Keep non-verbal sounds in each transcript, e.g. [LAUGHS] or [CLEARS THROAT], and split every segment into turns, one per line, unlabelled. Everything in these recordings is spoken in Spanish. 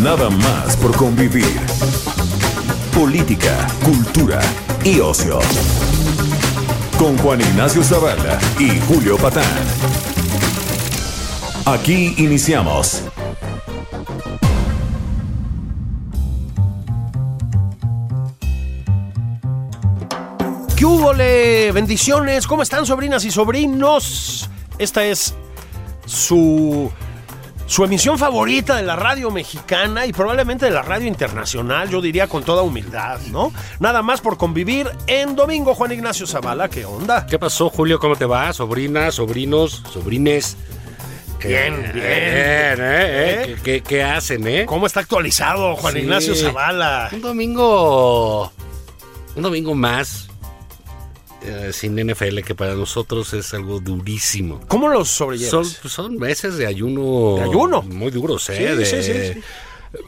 Nada más por convivir. Política, cultura y ocio. Con Juan Ignacio Zavala y Julio Patán. Aquí iniciamos.
¡Qué húbole! Bendiciones. ¿Cómo están, sobrinas y sobrinos? Esta es su, su emisión favorita de la radio mexicana y probablemente de la radio internacional, yo diría con toda humildad, ¿no? Nada más por convivir en domingo, Juan Ignacio Zavala. ¿Qué onda?
¿Qué pasó, Julio? ¿Cómo te va? Sobrinas, sobrinos, sobrines. Bien, bien. eh, eh.
¿Eh?
¿Qué- qué, qué hacen, eh?
¿Cómo está actualizado Juan
Sí.
Ignacio Zavala?
Un domingo. Un domingo más. eh, sin NFL, que para nosotros es algo durísimo.
¿Cómo los sobrellevas?
Son, son meses de ayuno.
pues. De ayuno.
Muy duros, ¿eh?
Sí,
De-
sí, sí, sí.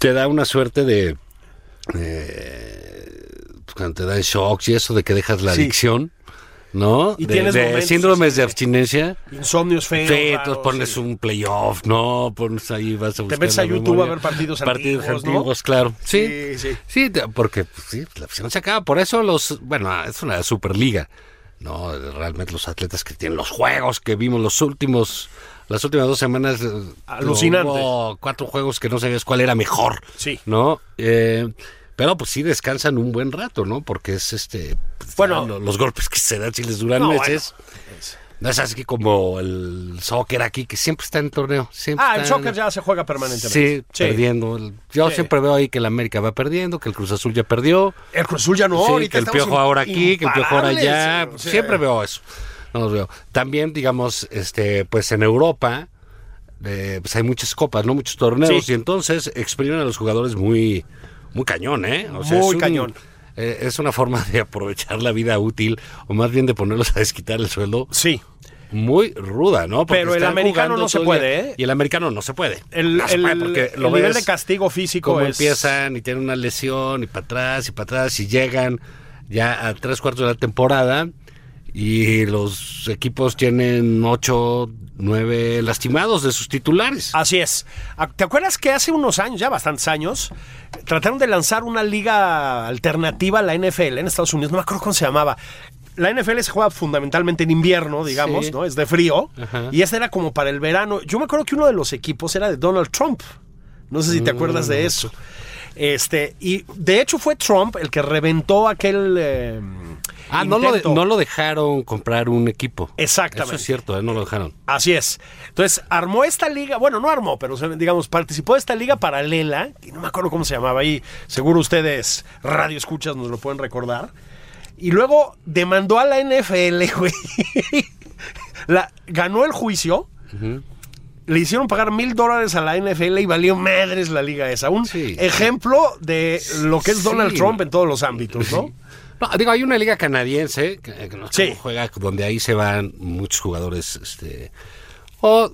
Te da una suerte de. eh, cuando te dan shocks y eso de que dejas la
Sí.
adicción, ¿no?
Y
de,
tienes
de
momentos,
síndromes
sí, sí.
de abstinencia.
Insomnios feos.
Sí,
raros,
entonces pones
sí.
un playoff, ¿no? Pones ahí, vas a buscar.
metes a
la
YouTube
memoria.
a ver partidos antiguos, ¿no?
claro. Sí.
Sí, sí.
Sí, te- porque pues, sí, la opción se acaba. Por eso los. Bueno, es una superliga, ¿no? Realmente los atletas que tienen los juegos que vimos los últimos. Las últimas dos semanas. eh,
Alucinante.
hubo cuatro juegos que no sabías cuál era mejor.
Sí.
¿No? Eh, pero pues sí descansan un buen rato, ¿no? Porque es este. pues,
Bueno.
lo- los golpes que se dan si les duran
No,
meses.
bueno.
No es así como el soccer aquí, que siempre está en torneo. Siempre
Ah, el
está en-
soccer ya se juega
Sí,
permanentemente.
perdiendo. El- Yo
Sí.
siempre veo ahí que el América va perdiendo, que el Cruz Azul ya perdió,
El Cruz Azul ya no,
sí,
ahorita
que el
estamos
Piojo ahora aquí, que el Piojo ahora allá.
imparables, o sea.
siempre veo eso. No los veo. También, digamos, este, pues en Europa eh, pues hay muchas copas, no muchos torneos,
Sí.
y entonces exprimen a los jugadores muy, muy cañón, ¿eh? O
Muy
es un-
cañón.
eh, es una forma de [LAUGHS] aprovechar la vida útil, o más bien de ponerlos a desquitar el sueldo
Sí.
muy ruda, ¿no?
Pero el
están
americano
jugando
no se
todo el
puede,
día.
¿eh?
Y el americano no se puede.
El,
No se
el-
puede porque
el
lo
nivel
ves
de castigo físico
cómo
es...
empiezan y tienen una lesión y para atrás y para atrás y llegan ya a tres cuartos de la temporada y los equipos tienen ocho, nueve lastimados de sus titulares.
Así es. A- ¿Te acuerdas que hace unos años, ya bastantes años, trataron de lanzar una liga alternativa a la NFL en Estados Unidos? No me acuerdo cómo se llamaba. La NFL se juega fundamentalmente en invierno, digamos,
Sí.
¿no? Es de frío.
Ajá.
Y esta era como para el verano. Yo me acuerdo que uno de los equipos era de Donald Trump. No sé si te
Mm.
acuerdas de eso. Este, y de hecho fue Trump el que reventó aquel. eh,
ah, no lo, de-
intento.
no lo dejaron comprar un equipo.
Exactamente.
Eso es cierto, ¿eh? no lo dejaron.
Así es. Entonces, armó esta liga, bueno, no armó, pero o sea, digamos, participó de esta liga paralela, que no me acuerdo cómo se llamaba ahí, seguro ustedes, radio escuchas, nos lo pueden recordar. Y luego demandó a la NFL, [LAUGHS] güey. La, ganó el juicio. Le hicieron pagar mil dólares a la NFL y valió madres la liga esa. Un
Sí.
ejemplo de lo que es
Sí.
Donald Trump en todos los ámbitos, ¿no?
No, digo, hay una liga canadiense que, que no sé
Sí.
cómo juega, donde ahí se van muchos jugadores este, o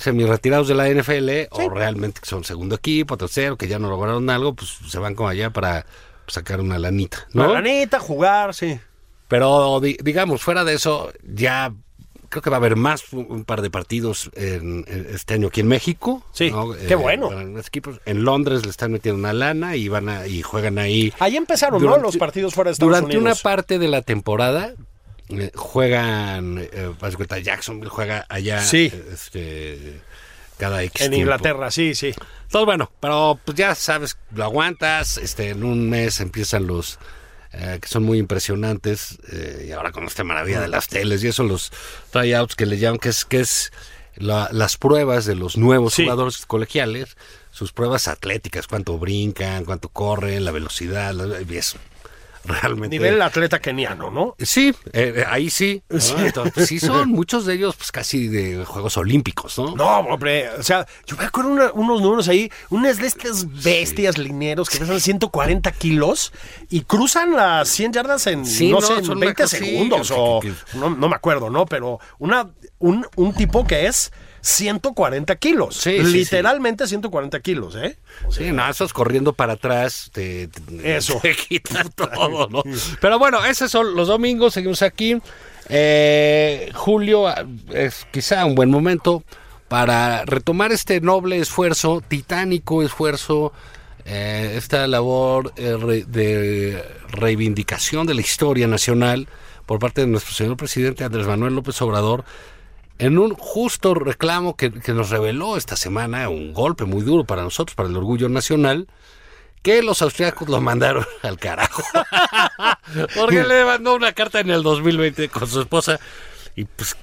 semi-retirados de la NFL o realmente que son segundo equipo, tercero, que ya no lograron algo, pues se van como allá para sacar una lanita, ¿no?
La lanita, jugar, sí.
Pero di- digamos, fuera de eso, ya creo que va a haber más un, un par de partidos en- en este año aquí en México.
Sí, qué bueno.
para los equipos. En Londres le están metiendo una lana y van a, y juegan ahí.
Ahí empezaron, ¿no? Los partidos fuera de Estados
Durante
Unidos.
una parte de la temporada eh, juegan, eh, haz de cuenta, Jacksonville juega allá
Sí.
eh, este, cada X
en
tiempo.
Inglaterra, sí, sí.
Entonces, bueno, pero pues ya sabes, lo aguantas, este, en un mes empiezan los eh, que son muy impresionantes, eh, y ahora con esta maravilla de las teles y eso, los tryouts que le llaman, que es, que es la- las pruebas de los nuevos
Sí.
jugadores colegiales, sus pruebas atléticas, cuánto brincan, cuánto corren, la velocidad, la- y eso. realmente.
Nivel atleta keniano, ¿no?
Sí, eh, ahí sí. ¿no?
Sí.
Entonces, sí, son muchos de ellos, pues casi de Juegos Olímpicos, ¿no?
No, hombre, o sea, yo me acuerdo una- unos números ahí, unas de estas bestias lineros que pesan 140 kilos y cruzan las 100 yardas en,
Sí,
no,
no,
sé, en
son
20
una cosa así,
segundos
que-
o
que-
no, no me acuerdo, ¿no? Pero una, un, un tipo que es 140 kilos,
Sí, sí, sí.
literalmente 140 kilos, ¿eh?
Sí, no, esos corriendo para atrás te, te-
Eso.
[LAUGHS] te quita todo, ¿no? Pero bueno, esos son los domingos, seguimos aquí. Eh, julio ah, es quizá un buen momento para retomar este noble esfuerzo, titánico esfuerzo, eh, esta labor eh, re- de reivindicación de la historia nacional por parte de nuestro señor presidente Andrés Manuel López Obrador, en un justo reclamo que, que nos reveló esta semana, un golpe muy duro para nosotros, para el orgullo nacional, que los austriacos lo mandaron [LAUGHS] al carajo. Porque le mandó una carta en el 2020 con su esposa y pues...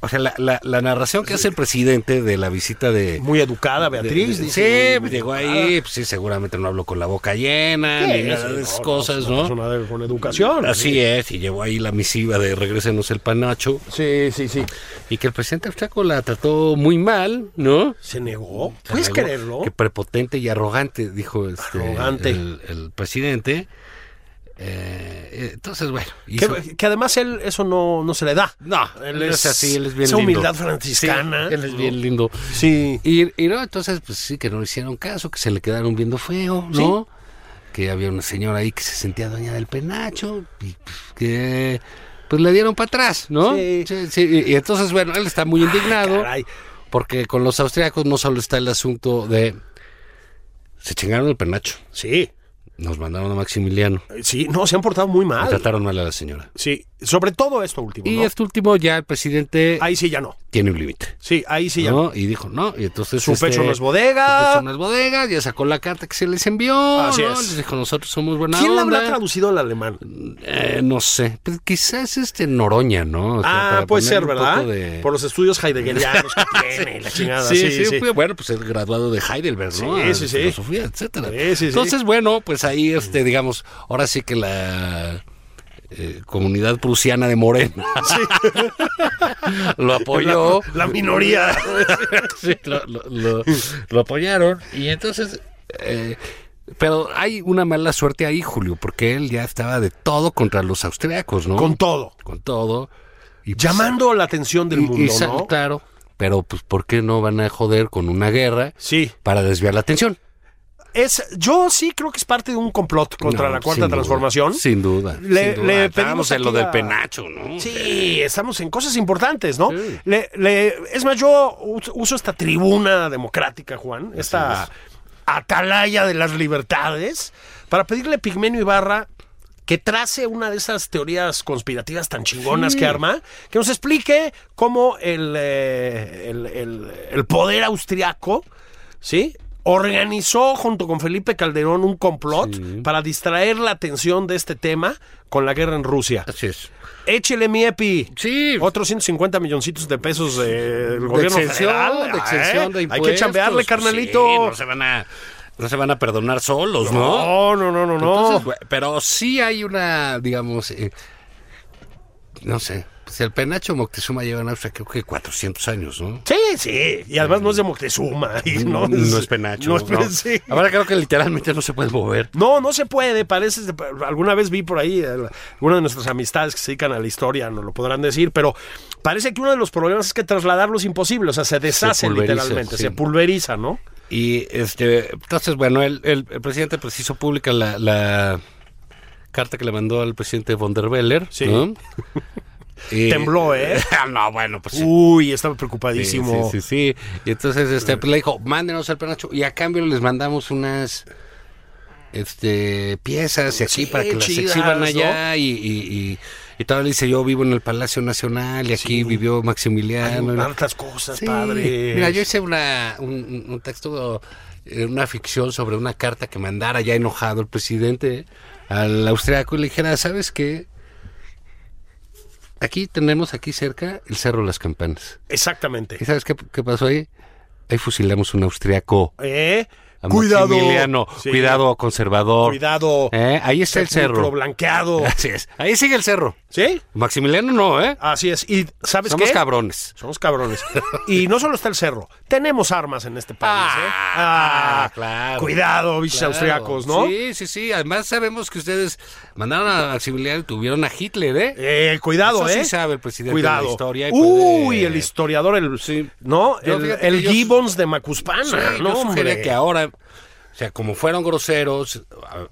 O sea, la, la- la narración que hace el presidente de la visita de,
Muy educada,
de-
Beatriz.
de-
dice,
sí, pues, llegó ahí, pues sí, seguramente no hablo con la boca llena, ni nada de esas cosas, ¿no?
Persona de- con educación.
Así es, y llevó ahí la misiva de regresenos el panacho,
Sí, sí, sí.
y que el presidente austriaco la trató muy mal, ¿no?
¿Se negó? ¿Puedes
Algo
creerlo?
Que prepotente y arrogante, dijo este,
Arrogante.
El, el presidente. Eh, entonces, bueno. hizo-
Que, que además él eso no, no se le da.
no,
él
él es
es-
así, él es bien
esa
lindo.
humildad franciscana.
Sí, él es bien lindo.
Sí.
Y, y no, entonces, pues sí, que no le hicieron caso, que se le quedaron viendo feo, ¿no? Que había una señora ahí que se sentía dueña del penacho, y pues, que pues le dieron para atrás, ¿no?
Sí. Ah,
sí, y, y entonces, bueno, él está muy indignado,
caray.
porque con los austriacos no solo está el asunto de... Se chingaron el penacho,
Sí.
nos mandaron a Maximiliano,
Sí, no, se han portado muy
y
mal.
trataron mal a la señora.
Sí, sobre todo esto último,
Y
¿no?
este último ya el presidente
Ahí sí ya no.
tiene un límite.
Sí, ahí sí ya no.
¿no? Y dijo, no, y entonces...
Su
este,
pecho no es
Entonces,
bodega.
son las bodegas, ya sacó la carta que se les envió.
Así
¿no?
es.
Les dijo, nosotros somos buena
¿Quién la
onda.
habrá traducido al alemán?
Eh, no sé, pero quizás este Noroña, ¿no? O sea,
Ah,
para
puede ser,
ponerle un
¿verdad?
poco de-
Por los estudios heideggerianos
[LAUGHS]
que tiene, la chingada.
Sí, sí, fue- bueno, pues el graduado de Heidelberg, ¿no? Ah,
Sí,
De
sí, sí.
Filosofía, etcétera.
Sí, sí, sí.
Entonces, bueno, pues ahí, este, digamos, ahora sí que la eh, comunidad prusiana de
[LAUGHS]
Morena lo apoyó.
La
[LAUGHS]
minoría.
Sí, lo, lo- lo- lo apoyaron. Y entonces. eh, pero hay una mala suerte ahí, Julio, porque él ya estaba de todo contra los austriacos, ¿no?
Con todo.
Con todo. Y pues,
Llamando la atención del
y- y
mundo,
sa-
¿no?
Claro. Pero, pues, ¿por qué no van a joder con una guerra
Sí.
para desviar la atención?
Es, yo sí creo que es parte de un complot contra
No,
la cuarta
sin duda,
transformación.
sin duda.
Le-
sin duda.
le
Estábamos
pedimos
en lo
aquí
del
a-
penacho, ¿no?
Sí, estamos en cosas importantes, ¿no?
Sí.
Le- le- es más, yo us- uso esta tribuna democrática, Juan, esta atalaya de las libertades, para pedirle a Pigmenio Ibarra que trace una de esas teorías conspirativas tan chingonas que arma, que nos explique cómo el, eh, el- el- el poder austriaco, ¿sí? Organizó junto con Felipe Calderón un complot para distraer la atención de este tema con la guerra en Rusia.
Así es.
Échele mi EPI.
Sí.
Otros 150 milloncitos de pesos del gobierno
exención,
federal.
de exención
¿eh?
de
Hay que
impuestos. Pues
chambearle, carnalito.
Sí, no se van a no se van a perdonar solos, ¿no?
no, no, no, no. no.
Entonces, bueno, pero sí hay una, digamos, eh, no sé, pues el penacho Moctezuma lleva en Austria creo que 400 años, ¿no?
sí, sí. Y además no es de Moctezuma. [LAUGHS] y no,
es penacho.
No, es pe- [LAUGHS]
¿no?
sí.
Ahora creo que literalmente no se puede mover.
No, no se puede, parece. Alguna vez vi por ahí, el- alguna de nuestras amistades que se dedican a la historia, nos lo podrán decir, pero parece que uno de los problemas es que trasladarlo es imposible, o sea, se deshace
pulveriza,
literalmente,
sí.
se pulveriza, ¿no?
Y este, entonces, bueno, el, el- el presidente pues hizo pública la, la carta que le mandó al presidente von der Beller.
Sí.
¿no? Y-
[LAUGHS] Tembló, ¿eh?
[LAUGHS]
Uh,
Ah, no, bueno, pues sí.
Uy, estaba
Sí,
preocupadísimo.
Sí, sí, sí. Y entonces este, pues, le dijo, mándenos al penacho y a cambio les mandamos unas este, piezas y aquí
Sí,
para que las
chidas,
exhiban
¿no?
allá y, y, y, y todavía le dice, yo vivo en el Palacio Nacional y aquí vivió
Hay
Maximiliano.
hartas cosas,
Sí.
padre.
Mira, yo hice una, un, un texto, eh, una ficción sobre una carta que mandara ya enojado el presidente al austriaco y le dijera, ¿sabes qué? Aquí tenemos aquí cerca el Cerro de las Campanas.
Exactamente.
¿Y sabes qué, qué pasó ahí? Ahí fusilamos un austriaco.
¿Eh?
a
Cuidado.
Maximiliano,
Sí.
cuidado conservador.
Cuidado.
Eh, ahí está el
Sepulcro
cerro. [LAUGHS]
blanqueado.
Así es. Ahí sigue el cerro.
¿Sí?
Maximiliano no, ¿eh?
Así es. Y ¿sabes
Somos
qué?
cabrones.
Somos
[LAUGHS]
cabrones. y no solo está el cerro, tenemos armas en este país, ¿eh?
Ah, claro.
Cuidado, bichos
Claro.
austriacos, ¿no?
Sí, sí, sí. Además sabemos que ustedes mandaron a Maximiliano y tuvieron a Hitler, ¿eh?
Eh, cuidado,
Eso sí
¿eh?
sabe el presidente
cuidado.
de la historia y
Uy,
puede-
el historiador, el, ¿no?
Yo
El,
fíjate
el
que yo-
Gibbons de Macuspana,
Sí,
¿no?
yo sugería
hombre?
que ahora, o sea, como fueron groseros, a-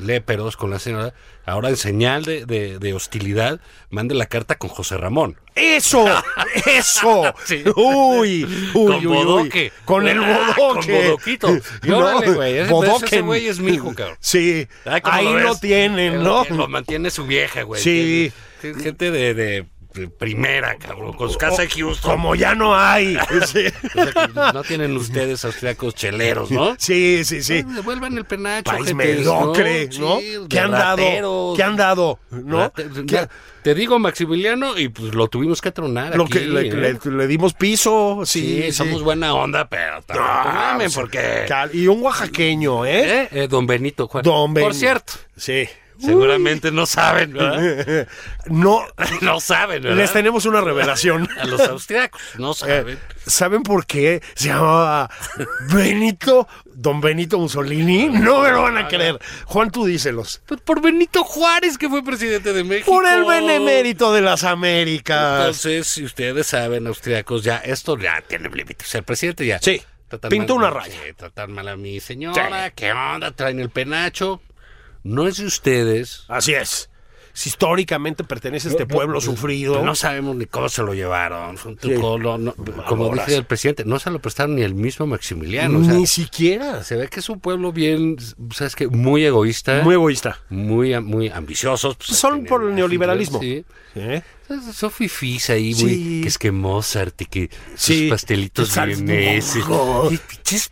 léperos con la señora, ahora en señal de, de- de hostilidad, mande la carta con José Ramón.
¡Eso!
[LAUGHS]
¡Eso!
Sí.
Uy, uy, uy,
con
uy.
bodoque.
Con el
Ah,
bodoque.
Con bodoquito. Y
No,
órale, güey. ese-
bodoquen.
Ese güey es mi hijo, cabrón.
Sí,
Ay, ¿cómo
ahí
ves?
lo tienen,
Ahí
¿no?
tienen, Lo mantiene su vieja, güey.
Sí.
Que- que- Gente de, de- de primera, cabrón. Con
Oh,
su casa en Houston.
Como ya no
[LAUGHS]
hay. [LAUGHS] Sí,
O sea, que no tienen ustedes austriacos cheleros, ¿no?
[LAUGHS] sí, sí. sí.
Devuelvan el penacho.
País
ojetes,
mediocre, ¿no?
Sí, de
¿Qué han dado?
rateros.
¿Qué han dado? ¿No?
Rate-
¿Qué-
ya, Te digo, Maximiliano, y pues lo tuvimos que tronar
Lo
aquí,
que le,
¿eh?
le- le dimos piso,
Sí,
sí, sí.
somos buena onda, pero tampoco
Ah,
mamen,
pues,
porque...
cal- Y un oaxaqueño, ¿eh?
¿Eh? Eh, don Benito Juárez.
Don Ben-
Por cierto,
Sí.
seguramente no
[LAUGHS]
saben, ¿verdad?
No,
[LAUGHS] no saben, ¿verdad?
les tenemos una revelación.
[LAUGHS] A los austriacos, no saben.
Eh, ¿Saben por qué se llamaba Benito, don Benito
[LAUGHS]
Mussolini? No me lo van a creer. Juan, tú díselos.
Pues por Benito Juárez, que fue presidente de México.
Por el benemérito de las Américas.
Entonces, si ustedes saben, austriacos, ya esto ya tiene límites. El presidente ya.
Sí,
Tratan
pintó
mal-
una raya.
sí, tratan mal a mi señora. ¿Qué onda? Traen el penacho. No es de ustedes.
Así es. Si históricamente pertenece a este pueblo sufrido.
No sabemos ni cómo se lo llevaron. Fue un
Sí.
truco, no- no- como
Valoras.
dice el presidente, no se lo prestaron ni el mismo Maximiliano. o sea,
Ni siquiera.
se ve que es un pueblo bien, ¿sabes qué? Muy egoísta.
Muy egoísta.
muy, am- muy ambiciosos. pues,
Son
tienen
por el
a
neoliberalismo.
Hitler, sí.
¿Eh?
Son- Son fifís Pues, ahí,
Sí.
muy que es que Mozart y que
Sí.
sus pastelitos
Sal-
vieneses.
Ojo.
Y pinches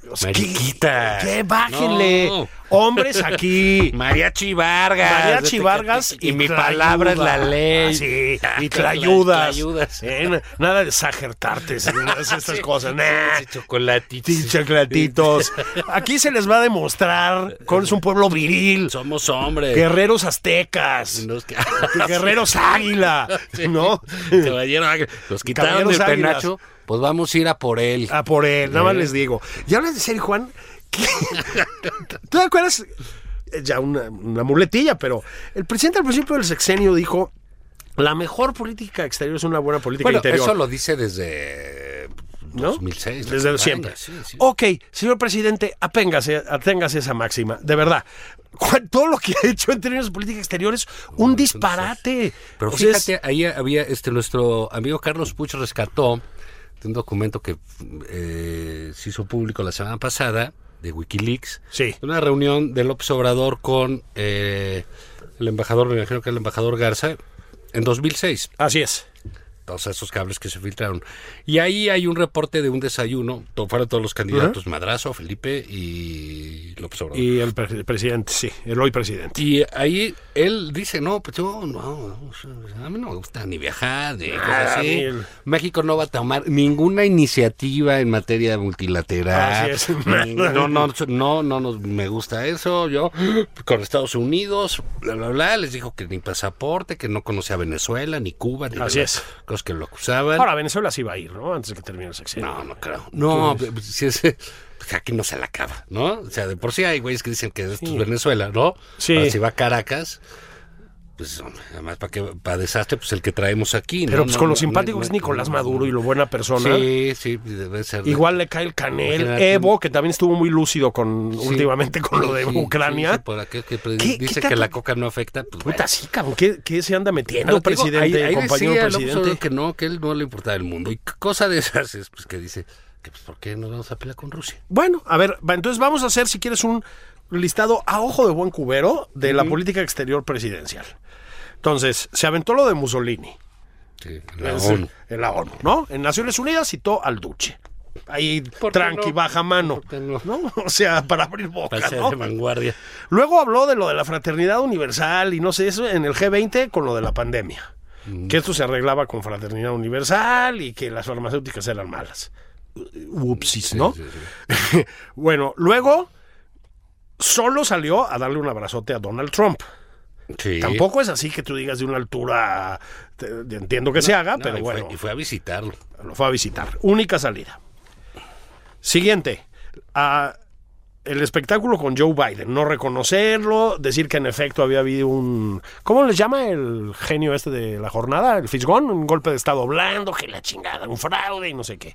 Dios,
Mariquita.
¿Qué? ¿Qué? Bájenle.
No.
Hombres aquí.
[LAUGHS] Mariachi Vargas.
Mariachi
Vete,
Vargas
y, mi palabra es la ley. Ah,
Sí, y
ayudas
trayudas. Eh, na- nada de sagertartes y todas
[LAUGHS]
estas cosas. Nah.
chocolatitos.
Sí, chocolatitos. Aquí se les va a demostrar cuál es un pueblo viril.
Somos hombres.
Guerreros aztecas.
[LAUGHS] Nos-
Guerreros águila. ¿No?
[LAUGHS] Caballero Águila. Nos ah, quitaron
Caballeros
el
Águilas. Ah,
penacho, pues vamos a ir a por él.
A por él, nada más les digo. Y hablas de ser Juan. ¿qué?
[LAUGHS]
¿Tú te acuerdas? Eh, Ya una, una muletilla, pero el presidente al principio del sexenio dijo: la mejor política exterior es una buena política
bueno,
interior.
eso lo dice desde
¿no?
2006. la
Desde
campaña,
siempre.
sí, sí.
Ok, señor presidente, apéngase, aténgase a esa máxima, de verdad. Cu- Todo lo que ha hecho en términos de política exterior es un disparate.
Pero
O sea, es-
fíjate, ahí había este nuestro amigo Carlos Puch rescató de un documento que eh, se hizo público la semana pasada de Wikileaks.
Sí.
Una reunión de López Obrador con eh, el embajador, me imagino que el embajador Garza, en 2006.
Así es.
Todos esos cables que se filtraron. Y ahí hay un reporte de un desayuno. to- Fueron todos los candidatos, Madrazo, Felipe y López Obrador.
Y el, pre- el presidente, sí, el hoy presidente.
Y ahí él dice, no, pues yo no, a mí no me gusta ni viajar, ni cosas
a mí
así.
el-
México no va a tomar ninguna iniciativa en materia multilateral.
Así
[LAUGHS]
es.
No, no, no, no, nos- me gusta eso. Yo con Estados Unidos, bla, bla, bla, les dijo que ni pasaporte, que no conocía a Venezuela, ni Cuba, ni
Así
bla,
es.
Cosas que lo acusaban.
Ahora, Venezuela sí va a ir, ¿no? Antes de que termine el sexenio.
No, no creo. No, pues, si es- pues, aquí no se la acaba, ¿no? O sea, de por sí hay güeyes que dicen que esto es Venezuela, ¿no?
Sí.
Ahora, si va a Caracas, pues hombre, además para que para desastre, pues el que traemos aquí. ¿no?
Pero pues
No,
con lo
no,
simpático
no,
que es
no,
Nicolás
no,
Maduro y lo buena persona.
Sí, sí, pues, debe ser.
Igual le cae el Canel,
Imagínate.
Evo, que también estuvo muy lúcido con
Sí.
últimamente con lo de
Sí,
Ucrania.
sí, sí, por aquel que pre-
¿Qué- qué
dice
tanto-
que la coca no afecta. Pues,
Puta,
bueno.
sí, cabrón. ¿Qué, qué se anda metiendo,
No, digo,
presidente,
ahí- ahí
compañero
decía López
presidente?
Obrador que no, que él no le importaba el mundo. Y cosa de esas es pues, que dice que pues, ¿por qué nos vamos a pelear con Rusia?
Bueno, a ver, va, entonces vamos a hacer, si quieres, un listado a ojo de buen cubero de la política exterior presidencial. Entonces, se aventó lo de Mussolini.
Sí, la
Es-
ONU.
en la ONU, ¿no? En Naciones Unidas citó al Duce. Ahí,
¿Por qué
tranqui,
no?
baja mano.
¿Por qué no?
¿no? [LAUGHS] O sea, para abrir boca,
Para ser
¿no?
de vanguardia.
Luego habló de lo de la fraternidad universal y no sé, eso en el G20 con lo de la
Mm.
pandemia. Que esto se arreglaba con fraternidad universal y que las farmacéuticas eran malas. whoopsies, ¿no? [LAUGHS] bueno, luego solo salió a darle un abrazote a Donald Trump.
Sí.
Tampoco es así que tú digas de una altura, te- te entiendo que se haga,
No,
pero
y fue-
bueno.
y fue a visitarlo.
lo fue a visitar. Única salida. Siguiente. a- el espectáculo con Joe Biden. No reconocerlo, decir que en efecto había habido un... ¿Cómo les llama el genio este de la jornada? El fisgón. Un golpe de estado blando, que la chingada, un fraude y no sé qué.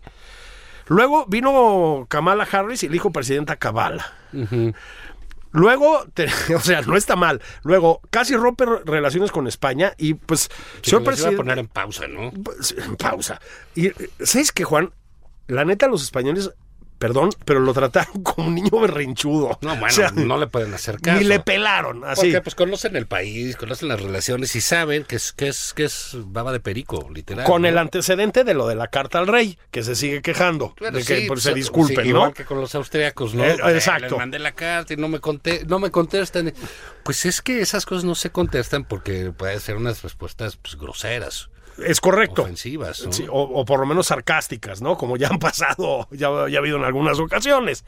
Luego vino Kamala Harris y el hijo presidenta Kabbalah. Luego, te- [LAUGHS] o sea, no está mal. Luego, casi rompe re- relaciones con España y pues...
Sí,
señor
los iba a
presidente-
poner en pausa, ¿no?
pues, pausa. Y eh, sabes que Juan, la neta los españoles, perdón, pero lo trataron [LAUGHS] como un niño berrinchudo.
No, bueno,
O sea,
no le pueden hacer caso.
Ni le pelaron, así.
Porque pues conocen el país, conocen las relaciones y saben que es, que es, que es baba de perico, literal.
Con
¿no?
el antecedente de lo de la carta al rey, que se sigue quejando,
Bueno,
de que
sí,
pues,
o
se
sea,
disculpen,
sí,
¿no?
Igual que con los austriacos, ¿no?
Eh,
Eh,
exacto.
Les mandé la carta y no me, conte- no me contestan. Pues es que esas cosas no se contestan porque pueden ser unas respuestas pues, groseras,
Es correcto.
ofensivas. ¿no?
Sí, o, o por lo menos sarcásticas, ¿no? Como ya han pasado, ya, ya ha habido en algunas ocasiones.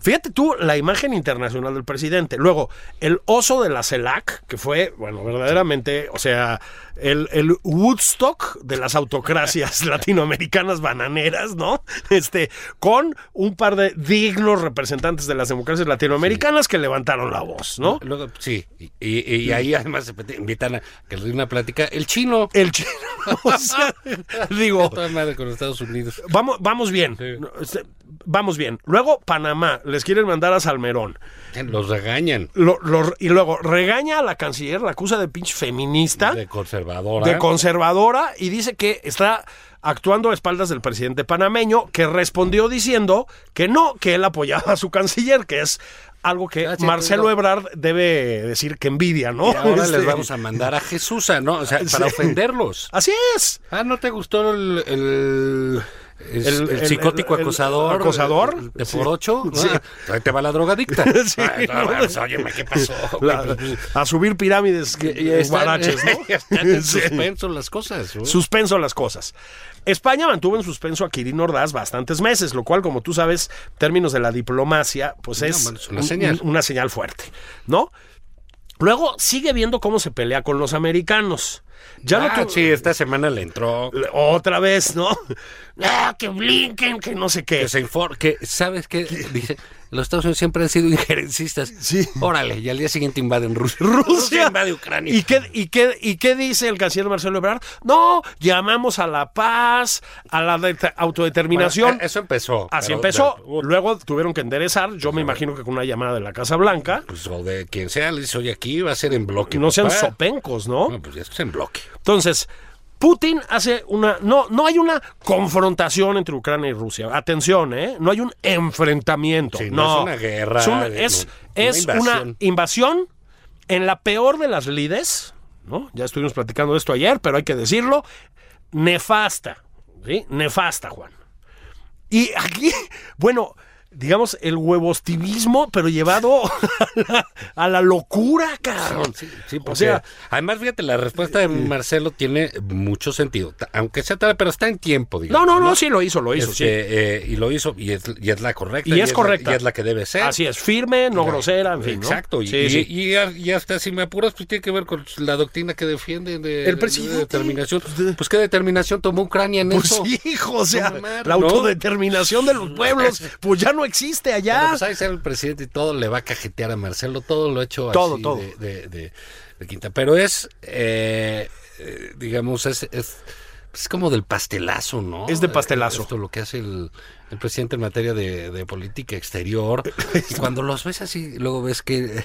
Fíjate tú la imagen internacional del presidente. Luego, el oso de la CELAC, que fue, bueno, verdaderamente, o sea, el, el Woodstock de las autocracias latinoamericanas bananeras, ¿no? Este, con un par de dignos representantes de las democracias latinoamericanas que levantaron la voz, ¿no?
Luego, sí, y, y- y ahí además se pete- invitan a que les dé una plática. El chino.
El chino, o sea, [LAUGHS] digo,
Toda madre con los Estados Unidos.
Vamos, vamos bien.
Sí.
No, este, Vamos bien. Luego, Panamá. Les quieren mandar a Salmerón.
Los regañan.
Lo- lo- y luego, regaña a la canciller, la acusa de pinche feminista,
De
¿Ah? de,
conservadora.
conservadora, y dice que está actuando a espaldas del presidente panameño, que respondió diciendo que no, que él apoyaba a su canciller, que es algo que
Ah, sí,
Marcelo
pero-
Ebrard debe decir que envidia, ¿no?
Y
[LAUGHS]
ahora
Este,
les vamos a mandar a Jesús, ¿no? O sea, para ofenderlos.
Así es.
Ah, ¿no te gustó el, el, el-
El-
el
el-
psicótico
el- el
acosador?
acosador.
el- el De
Sí.
por ocho. Ah, ahí te va la drogadicta.
[LAUGHS] Sí.
Ay, no, pues, óyeme, ¿qué
[LAUGHS]
pasó?
La-
Pues, pues,
a subir pirámides
y
eh,
están-
guaraches, ¿no?
[LAUGHS] están en
Sí.
suspenso las cosas. ¿no?
suspenso las cosas. España mantuvo en suspenso a Quirino Ordaz bastantes meses, lo cual, como tú sabes, en términos de la diplomacia, pues
No,
es
bueno, es una señal.
una señal fuerte, ¿no? Luego sigue viendo cómo se pelea con los americanos. Ya lo
Ah,
tu-
sí, esta semana le entró.
Otra vez, ¿no? [LAUGHS] Ah, que blinken, que no sé qué.
Que se infor- que sabes qué? dice, los Estados Unidos siempre han sido injerencistas.
Sí.
Órale, y al día siguiente invaden Rusia.
[LAUGHS] Rusia
invade Ucrania.
¿Y qué, y, qué, ¿Y qué dice el canciller Marcelo Ebrard? No, llamamos a la paz, a la de- autodeterminación.
Bueno, eh, eso empezó.
Así
pero-
empezó.
pero-
Luego tuvieron que enderezar. Yo me imagino que con una llamada de la Casa Blanca.
pues, o de quien sea, le dice, oye, aquí va a ser en bloque.
Que no sean
papá".
sopencos, ¿no?
No, pues esto es en bloque.
Entonces, Putin hace una. No, no hay una confrontación entre Ucrania y Rusia. Atención, ¿eh? No hay un enfrentamiento.
Sí,
no,
no es una guerra,
Es, un-
eh,
es-
no,
es
una
una,
invasión.
invasión en la peor de las lides, ¿no? Ya estuvimos platicando de esto ayer, pero hay que decirlo. Nefasta, ¿sí? Nefasta, Juan. Y aquí, [LAUGHS] bueno, digamos, el huevostivismo, pero llevado [LAUGHS] a la, a la locura, cabrón.
Sí, sí,
o
porque-
sea, Eh,
además, fíjate, la respuesta de Marcelo tiene mucho sentido, ta- aunque sea tarde, pero está en tiempo,
no,
digamos.
no, no, sí lo hizo, lo hizo,
Este,
sí.
eh, y lo hizo, y es, y es la correcta.
Y es
la-
correcta.
y es la que debe ser.
Así es, firme, no grosera, en fin. ¿no?
Exacto, y,
Sí,
y-
sí.
y a- y hasta si me apuras, pues tiene que ver con la doctrina que defienden de,
El
de-
presidente.
de determinación. Pues qué determinación tomó Ucrania en
Pues
eso.
sí, hijo, o sea,
No mames,
la
¿no?
autodeterminación de los pueblos, pues ya no existe
Pero,
allá.
pues, ahí sale el presidente y todo le va a cajetear a Marcelo, todo lo hecho
Todo,
así
todo.
De, de- de- de quinta. Pero es, eh, eh, digamos, es, es, es como del pastelazo, ¿no? Eh,
Es de pastelazo.
Esto lo que hace el, el presidente en materia de, de
[COUGHS]
política exterior. y cuando los ves así, luego ves que eh,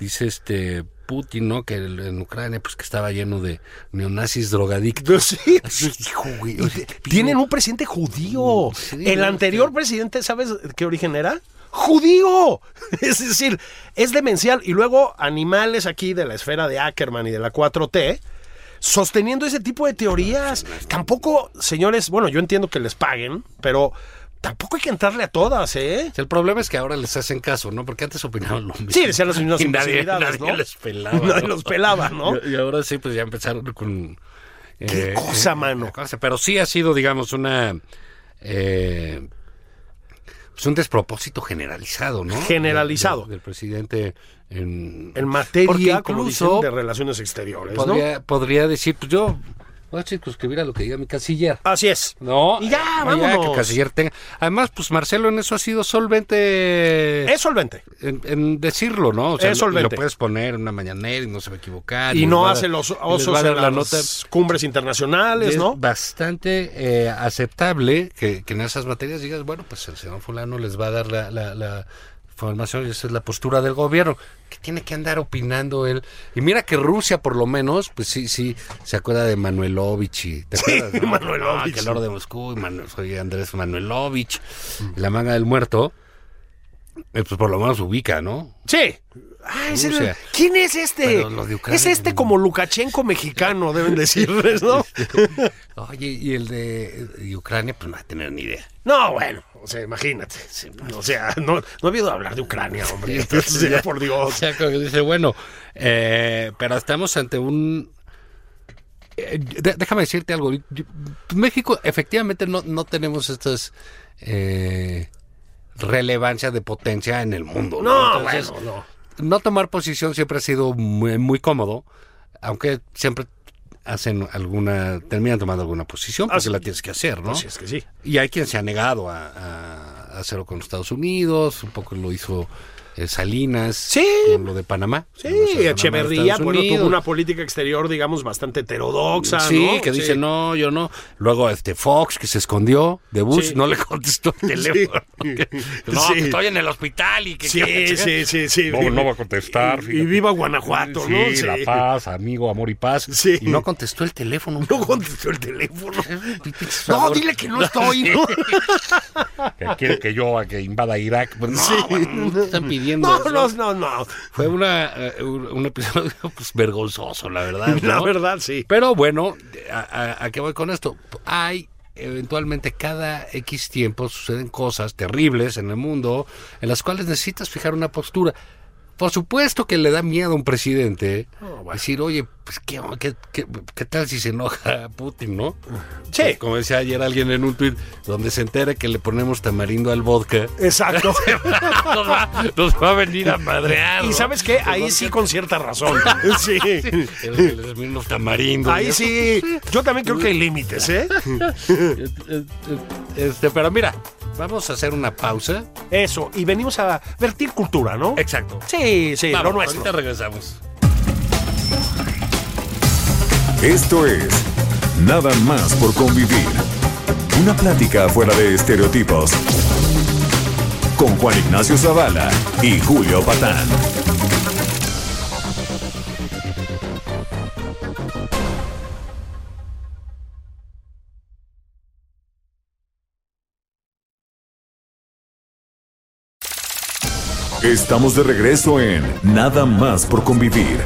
dice este Putin, ¿no? Que el- en Ucrania, pues que estaba lleno de neonazis drogadictos.
Pues
[LAUGHS]
sí.
Hijo, güey,
Y
oye,
te- Tienen un presidente judío.
Sí,
El
no,
anterior presidente, ¿sabes de qué origen era? ¡Judío! [LAUGHS] Es decir, es demencial. Y luego animales aquí de la esfera de Ackerman y de la 4T sosteniendo ese tipo de
Ah,
teorías. Tampoco, señores, bueno, yo entiendo que les paguen, pero tampoco hay que entrarle a todas, ¿eh?
El problema es que ahora les hacen caso, ¿no? Porque antes opinaban lo mismo.
Sí, decían las mismas
[LAUGHS] Y nadie,
imbecilidades,
nadie
¿no?
les pelaba.
Nadie
¿no?
los pelaba,
[LAUGHS]
¿no?
Y, y ahora sí, pues ya empezaron con...
¿Qué
eh,
cosa,
eh,
mano?
cosa. Pero sí ha sido, digamos, una... eh, pues, un despropósito generalizado, ¿no?
Generalizado.
Del, del presidente en,
En materia,
Porque
como dicen,
incluso
de relaciones exteriores, ¿no?
podría, podría decir, pues yo voy a circunscribir a lo que diga mi canciller.
Así es.
No,
Y ya,
eh,
vámonos.
que Canciller tenga. Además, pues Marcelo en eso ha sido solvente
Es solvente.
en, en decirlo, ¿no? O sea,
Es
lo- y
solvente.
lo puedes poner en una mañanera y no se va a equivocar.
Y
Ah, les
no
va a
hace
dar-
los
les
osos
va a dar
en
la
las
nota.
cumbres internacionales,
Es
¿no?
bastante eh, aceptable que, que en esas materias digas, bueno, pues el señor fulano les va a dar la, la- la formación y esa es la postura del gobierno, que tiene que andar opinando él. Y mira que Rusia, por lo menos, pues sí, sí, se acuerda de Manuelovich. y- ¿Te acuerdas? no?
Manuelovich.
Ah, que el oro de Moscú, y Manu- soy Andrés Manuelovich, y la manga del muerto. eh, Pues por lo menos ubica, ¿no?
Sí. Ah, es el-
Rusia.
¿Quién es este?
Pero los de Ucrania-
Es este como Lukashenko mexicano, deben decirles,
[LAUGHS]
¿no?
Oye, y el de, de Ucrania, pues no va a tener ni idea.
No, bueno, o sea, imagínate. O sea, no, no he oído hablar de Ucrania,
[LAUGHS]
hombre. O sea, por
O
Dios.
sea, como que dice, bueno, eh, pero estamos ante un... eh, de- déjame decirte algo. Yo- México, efectivamente, no, no tenemos estas eh, relevancia de potencia en el mundo.
No,
Entonces,
bueno, no.
no tomar posición siempre ha sido muy, muy cómodo, aunque siempre hacen alguna, terminan tomando alguna posición, porque
Así-
la tienes que hacer, ¿no?
Pues es que sí.
Y hay quien se ha negado a, a hacerlo con Estados Unidos, un poco lo hizo eh, Salinas
Sí.
con lo de Panamá.
Sí,
Cuando hizo Panamá a
Echeverría,
Estados
bueno, tuvo
Unidos.
una política exterior, digamos, bastante heterodoxa,
Sí,
¿no?
que
[LAUGHS]
dice, no, yo no. Luego este Fox, que se escondió de Bush,
Sí.
no le contestó
[LAUGHS]
el teléfono. [LAUGHS] No,
Sí.
que estoy en el hospital y que...
Sí, sí, sí, sí.
No, no va a contestar.
Y, y viva Guanajuato,
sí,
¿no? Sí.
la paz, amigo, amor y paz.
Sí.
Y no contestó el teléfono.
No contestó el teléfono. No,
favor.
dile que no estoy. ¿no?
[LAUGHS] Que quiere que yo a que invada Irak. Pues no, bueno, no te están pidiendo
No,
eso.
no, no, no.
Fue una, eh, un un episodio pues, vergonzoso, la verdad. ¿no?
[LAUGHS] La verdad, sí.
Pero bueno, ¿a, a- a qué voy con esto? Hay eventualmente cada X tiempo suceden cosas terribles en el mundo en las cuales necesitas fijar una postura. Por supuesto que le da miedo a un presidente
Oh,
decir, oye, pues ¿qué, qué- qué- qué tal si se enoja Putin, no?
Sí.
Pues, Como decía ayer alguien en un tuit, donde se entere que le ponemos tamarindo
[LAUGHS]
al vodka, [LAUGHS]
Exacto.
nos va, nos va a venir a madrear.
Y
¿no?
sabes qué, ahí sí con cierta razón. Sí.
El- el- el- los tamarindos.
Ahí
¿no?
sí. Yo también creo que hay límites, ¿eh?
Este, pero mira, vamos a hacer una pausa.
Eso. Y venimos a vertir cultura, ¿no?
Exacto.
Sí, sí, lo
Vamos,
nuestro.
Ahorita regresamos.
Esto es Nada más por convivir. Una plática fuera de estereotipos. Con Juan Ignacio Zavala y Julio Patán. Estamos de regreso en Nada más por convivir.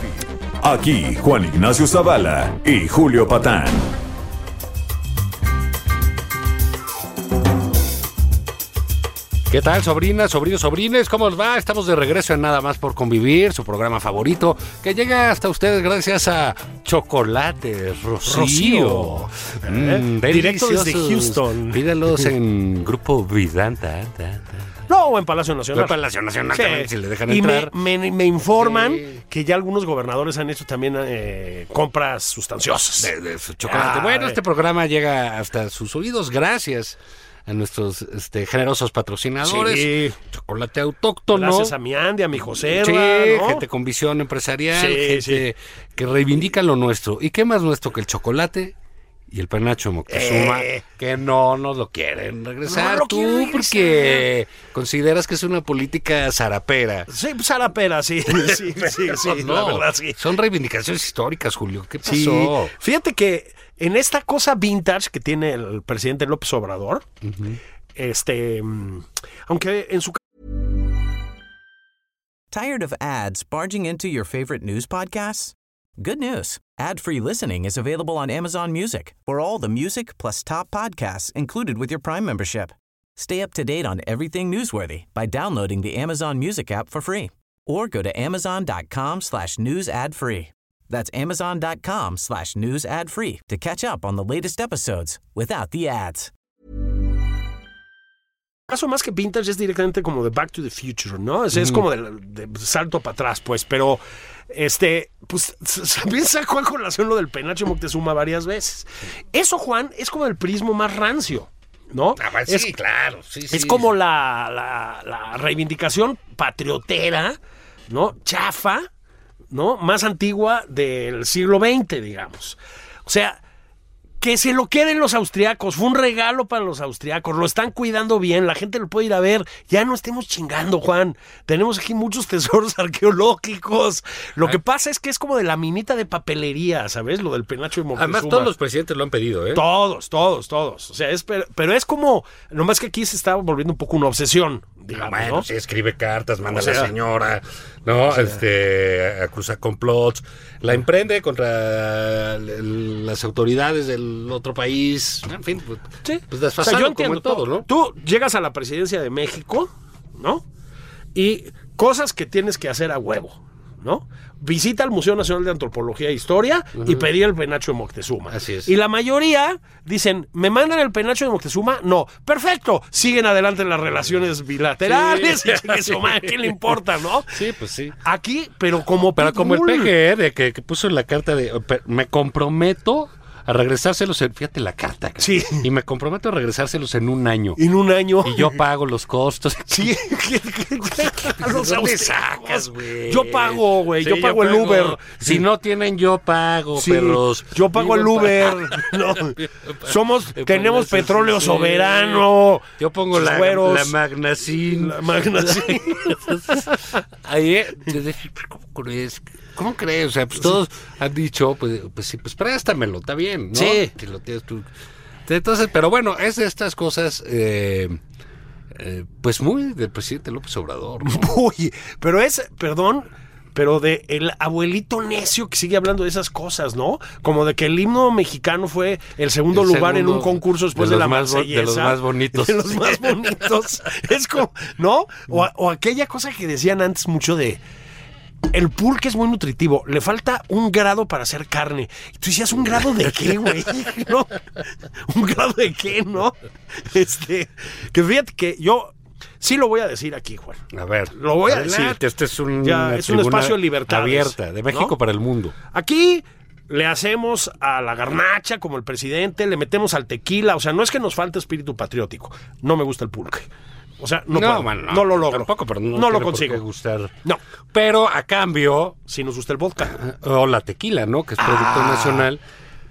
Aquí Juan Ignacio Zavala y Julio Patán.
¿Qué tal, sobrinas, sobrinos, sobrines? ¿Cómo os va? Estamos de regreso en Nada más por convivir, su programa favorito, que llega hasta ustedes gracias a Chocolate Rocío.
Rocío.
Mm,
¿Eh? Directo desde
deliciosos.
Houston. [LAUGHS]
Pídalos en Grupo Vidanta. ta, ta.
No, o en Palacio Nacional.
Fue Palacio Nacional
Sí.
también, si le dejan
y
entrar.
Me, me, me informan
Sí.
que ya algunos gobernadores han hecho también eh, compras sustanciosas.
de, de su chocolate.
Ah,
bueno,
eh.
este programa llega hasta sus oídos gracias a nuestros este, generosos patrocinadores.
Sí.
Chocolate autóctono.
Gracias a mi Andy, a mi José,
Sí,
¿no?
gente con visión empresarial,
Sí,
gente que reivindica lo nuestro. ¿Y qué más nuestro que el chocolate? Y el panacho Moctezuma,
Eh.
que no nos lo quieren regresar.
No lo
Tú,
quieren regresar.
porque consideras que es una política zarapera.
Sí, pues, Sara Pera, sí, sí, sí, sí, la
No,
verdad, sí.
Son reivindicaciones históricas, Julio. ¿Qué pasó?
Sí. Fíjate que en esta cosa vintage que tiene el presidente López Obrador, este, mm, aunque en su
Tired of ads barging into your favorite news podcasts? Good news. Ad-free listening is available on Amazon Music for all the music plus top podcasts included with your Prime membership. Stay up to date on everything newsworthy by downloading the Amazon Music app for free or go to amazon.com slash news ad free. That's amazon.com slash news ad free to catch up on the latest episodes without the ads.
caso más que vintage es directamente como de Back to the Future, ¿no? O sea, Es como de, de salto para atrás, pues, pero este, pues también sacó a colación lo del penacho Moctezuma varias veces. Eso, Juan, es como el prismo más rancio, ¿no?
Ah, pues,
es,
sí, claro. sí,
es
sí.
como la, la- la reivindicación patriotera, ¿no? Chafa, ¿no? Más antigua del siglo XX, digamos. O sea, que se lo queden los austriacos. Fue un regalo para los austriacos. Lo están cuidando bien. La gente lo puede ir a ver. Ya no estemos chingando, Juan. Tenemos aquí muchos [LAUGHS] tesoros arqueológicos. Lo
Ah.
que pasa es que es como de la minita de papelería, ¿sabes? Lo del penacho de Moctezuma.
Además, todos los presidentes lo han pedido, ¿eh?
Todos, todos, todos. O sea, es, pero, pero es como, nomás que aquí se está volviendo un poco una obsesión,
Ah,
digamos,
bueno,
¿no?
sí, escribe cartas, manda
O
a
sea.
la señora, ¿no? este, acusa complots, la emprende contra el- las autoridades del otro país, en fin, pues,
Sí.
pues
O sea,
desfasado
yo
como
entiendo
en todo, ¿no?
Tú llegas a la presidencia de México, ¿no? Y cosas que tienes que hacer a huevo, ¿no? Visita al Museo Nacional de Antropología e Historia y pedir el penacho de Moctezuma.
Así es.
Y la mayoría dicen, ¿me mandan el penacho de Moctezuma? No. Perfecto. Siguen adelante las relaciones bilaterales.
[LAUGHS] Sí.
y chingue su madre, ¿Qué le importa, no?
Sí, pues sí.
Aquí, pero como
Pero como el
pitbull.
PGR que, que puso en la carta de eh, pe- me comprometo a regresárselos en, fíjate la carta, cara.
Sí.
y me comprometo a regresárselos en un año.
En un año.
Y yo pago los costos. [LAUGHS]
Sí, ¿qué- qué- qué- a los
¿De dónde
austriacos?
sacas, güey?
Yo pago, güey.
Sí,
yo pago el Uber.
Si no tienen, yo pago,
Sí,
perros.
yo pago el
Digo, [LAUGHS]
Uber. No, Somos,
Eh,
tenemos
pues,
petróleo
sí.
soberano.
Yo pongo la,
güeros.
la magnacin.
La
[LAUGHS]
magna- sí.
Ahí, eh, yo dije, "Pero ¿cómo crees? ¿Cómo crees? O sea, pues todos han dicho, pues, pues sí, pues préstamelo, está bien, ¿no?
Sí.
Que lo tienes tú. Entonces, pero bueno, es de estas cosas, eh, eh, pues muy del presidente López Obrador. ¿no?
[LAUGHS] Uy, pero es, perdón, pero de el abuelito necio que sigue hablando de esas cosas, ¿no? Como de que el himno mexicano fue el segundo
El
lugar en
segundo
un concurso después
de
de, la
los más bo-
marsellesa.
de los más
[LAUGHS]
bonitos.
De los más bonitos. Es como, ¿no? O, o aquella cosa que decían antes mucho de... El pulque es muy nutritivo, le falta un grado para hacer carne. Y tú decías, ¿un grado de qué,
[LAUGHS]
güey? ¿No? ¿Un grado de qué, no? Este, que fíjate que yo sí lo voy a decir aquí, Juan.
A ver,
Lo voy a decir.
Este es un,
Ya,
una
es un
tribuna
espacio de libertades,
abierta de México
¿no?
para el mundo.
Aquí le hacemos a la garnacha como el presidente, le metemos al tequila, o sea, no es que nos falte espíritu patriótico. No me gusta el pulque. O sea, no, puedo,
bueno,
no lo logro.
Tampoco, pero no,
No
tiene
lo
por qué
consigo.
gustar.
No,
Pero a cambio,
si nos gusta el vodka.
o la tequila, ¿no?
Ah.
Que es producto nacional.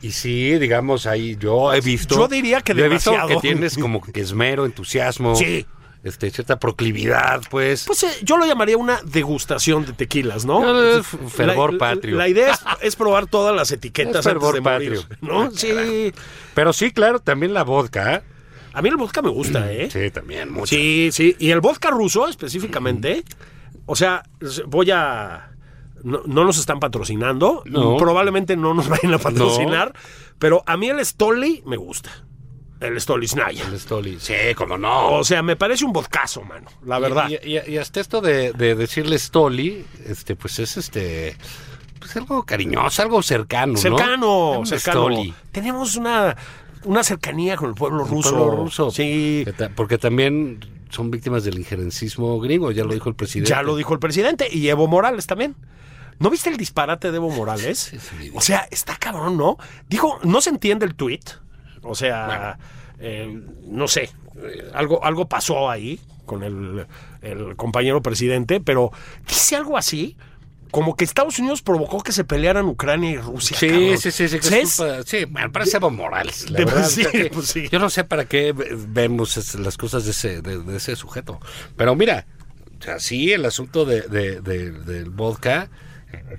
Y sí, digamos, ahí yo he visto.
Yo diría que
yo he visto que
demasiado.
tienes como que esmero, entusiasmo.
Sí.
Este, cierta proclividad, pues.
Pues eh, yo lo llamaría una degustación de tequilas, ¿no?
No, no, es fervor patrio.
La idea es, es probar todas las etiquetas
[LAUGHS] Es fervor
antes de morir,
patrio. Ah,
¿no? Sí.
Pero sí, claro, también la vodka. ¿eh?
A mí el vodka me gusta, ¿eh?
Sí, también, mucho.
Sí, sí. Y el vodka ruso específicamente. O sea, s- voy a... No, no nos están patrocinando.
No.
Probablemente no nos [LAUGHS] vayan a patrocinar. Pero a mí el Stoli me gusta. El Stoli Snaya.
El Stoli. Sí, como no.
O sea, me parece un vodcazo, mano. La verdad.
Y, y- y hasta esto de, de decirle Stoli, este, pues es este. Pues algo cariñoso, algo cercano. ¿no?
cercano,
Un
cercano.
Stoli.
Tenemos una, una cercanía con el pueblo ruso.
pueblo ruso.
Sí.
Que ta- Porque también son víctimas del injerencismo gringo, ya lo dijo el presidente.
Ya lo dijo el presidente y Evo Morales también. ¿No viste el disparate de Evo Morales?
sí.
o sea, está cabrón, ¿no? Dijo, no se entiende el tuit. O sea, eh, no sé, eh, algo, algo pasó ahí con el, el compañero presidente, pero dice algo así. Como que Estados Unidos provocó que se pelearan Ucrania y Rusia.
Sí,
cabrón.
sí, sí, sí, que
O sea,
es
es-
culpa- sí, bueno, parece Evo Morales. la
de- [LAUGHS]
verdad,
sí,
o sea que
pues sí.
Yo no sé para qué ve- vemos es- las cosas de ese, de, de ese sujeto. Pero mira, o sea, sí, el asunto de, de- de- del vodka,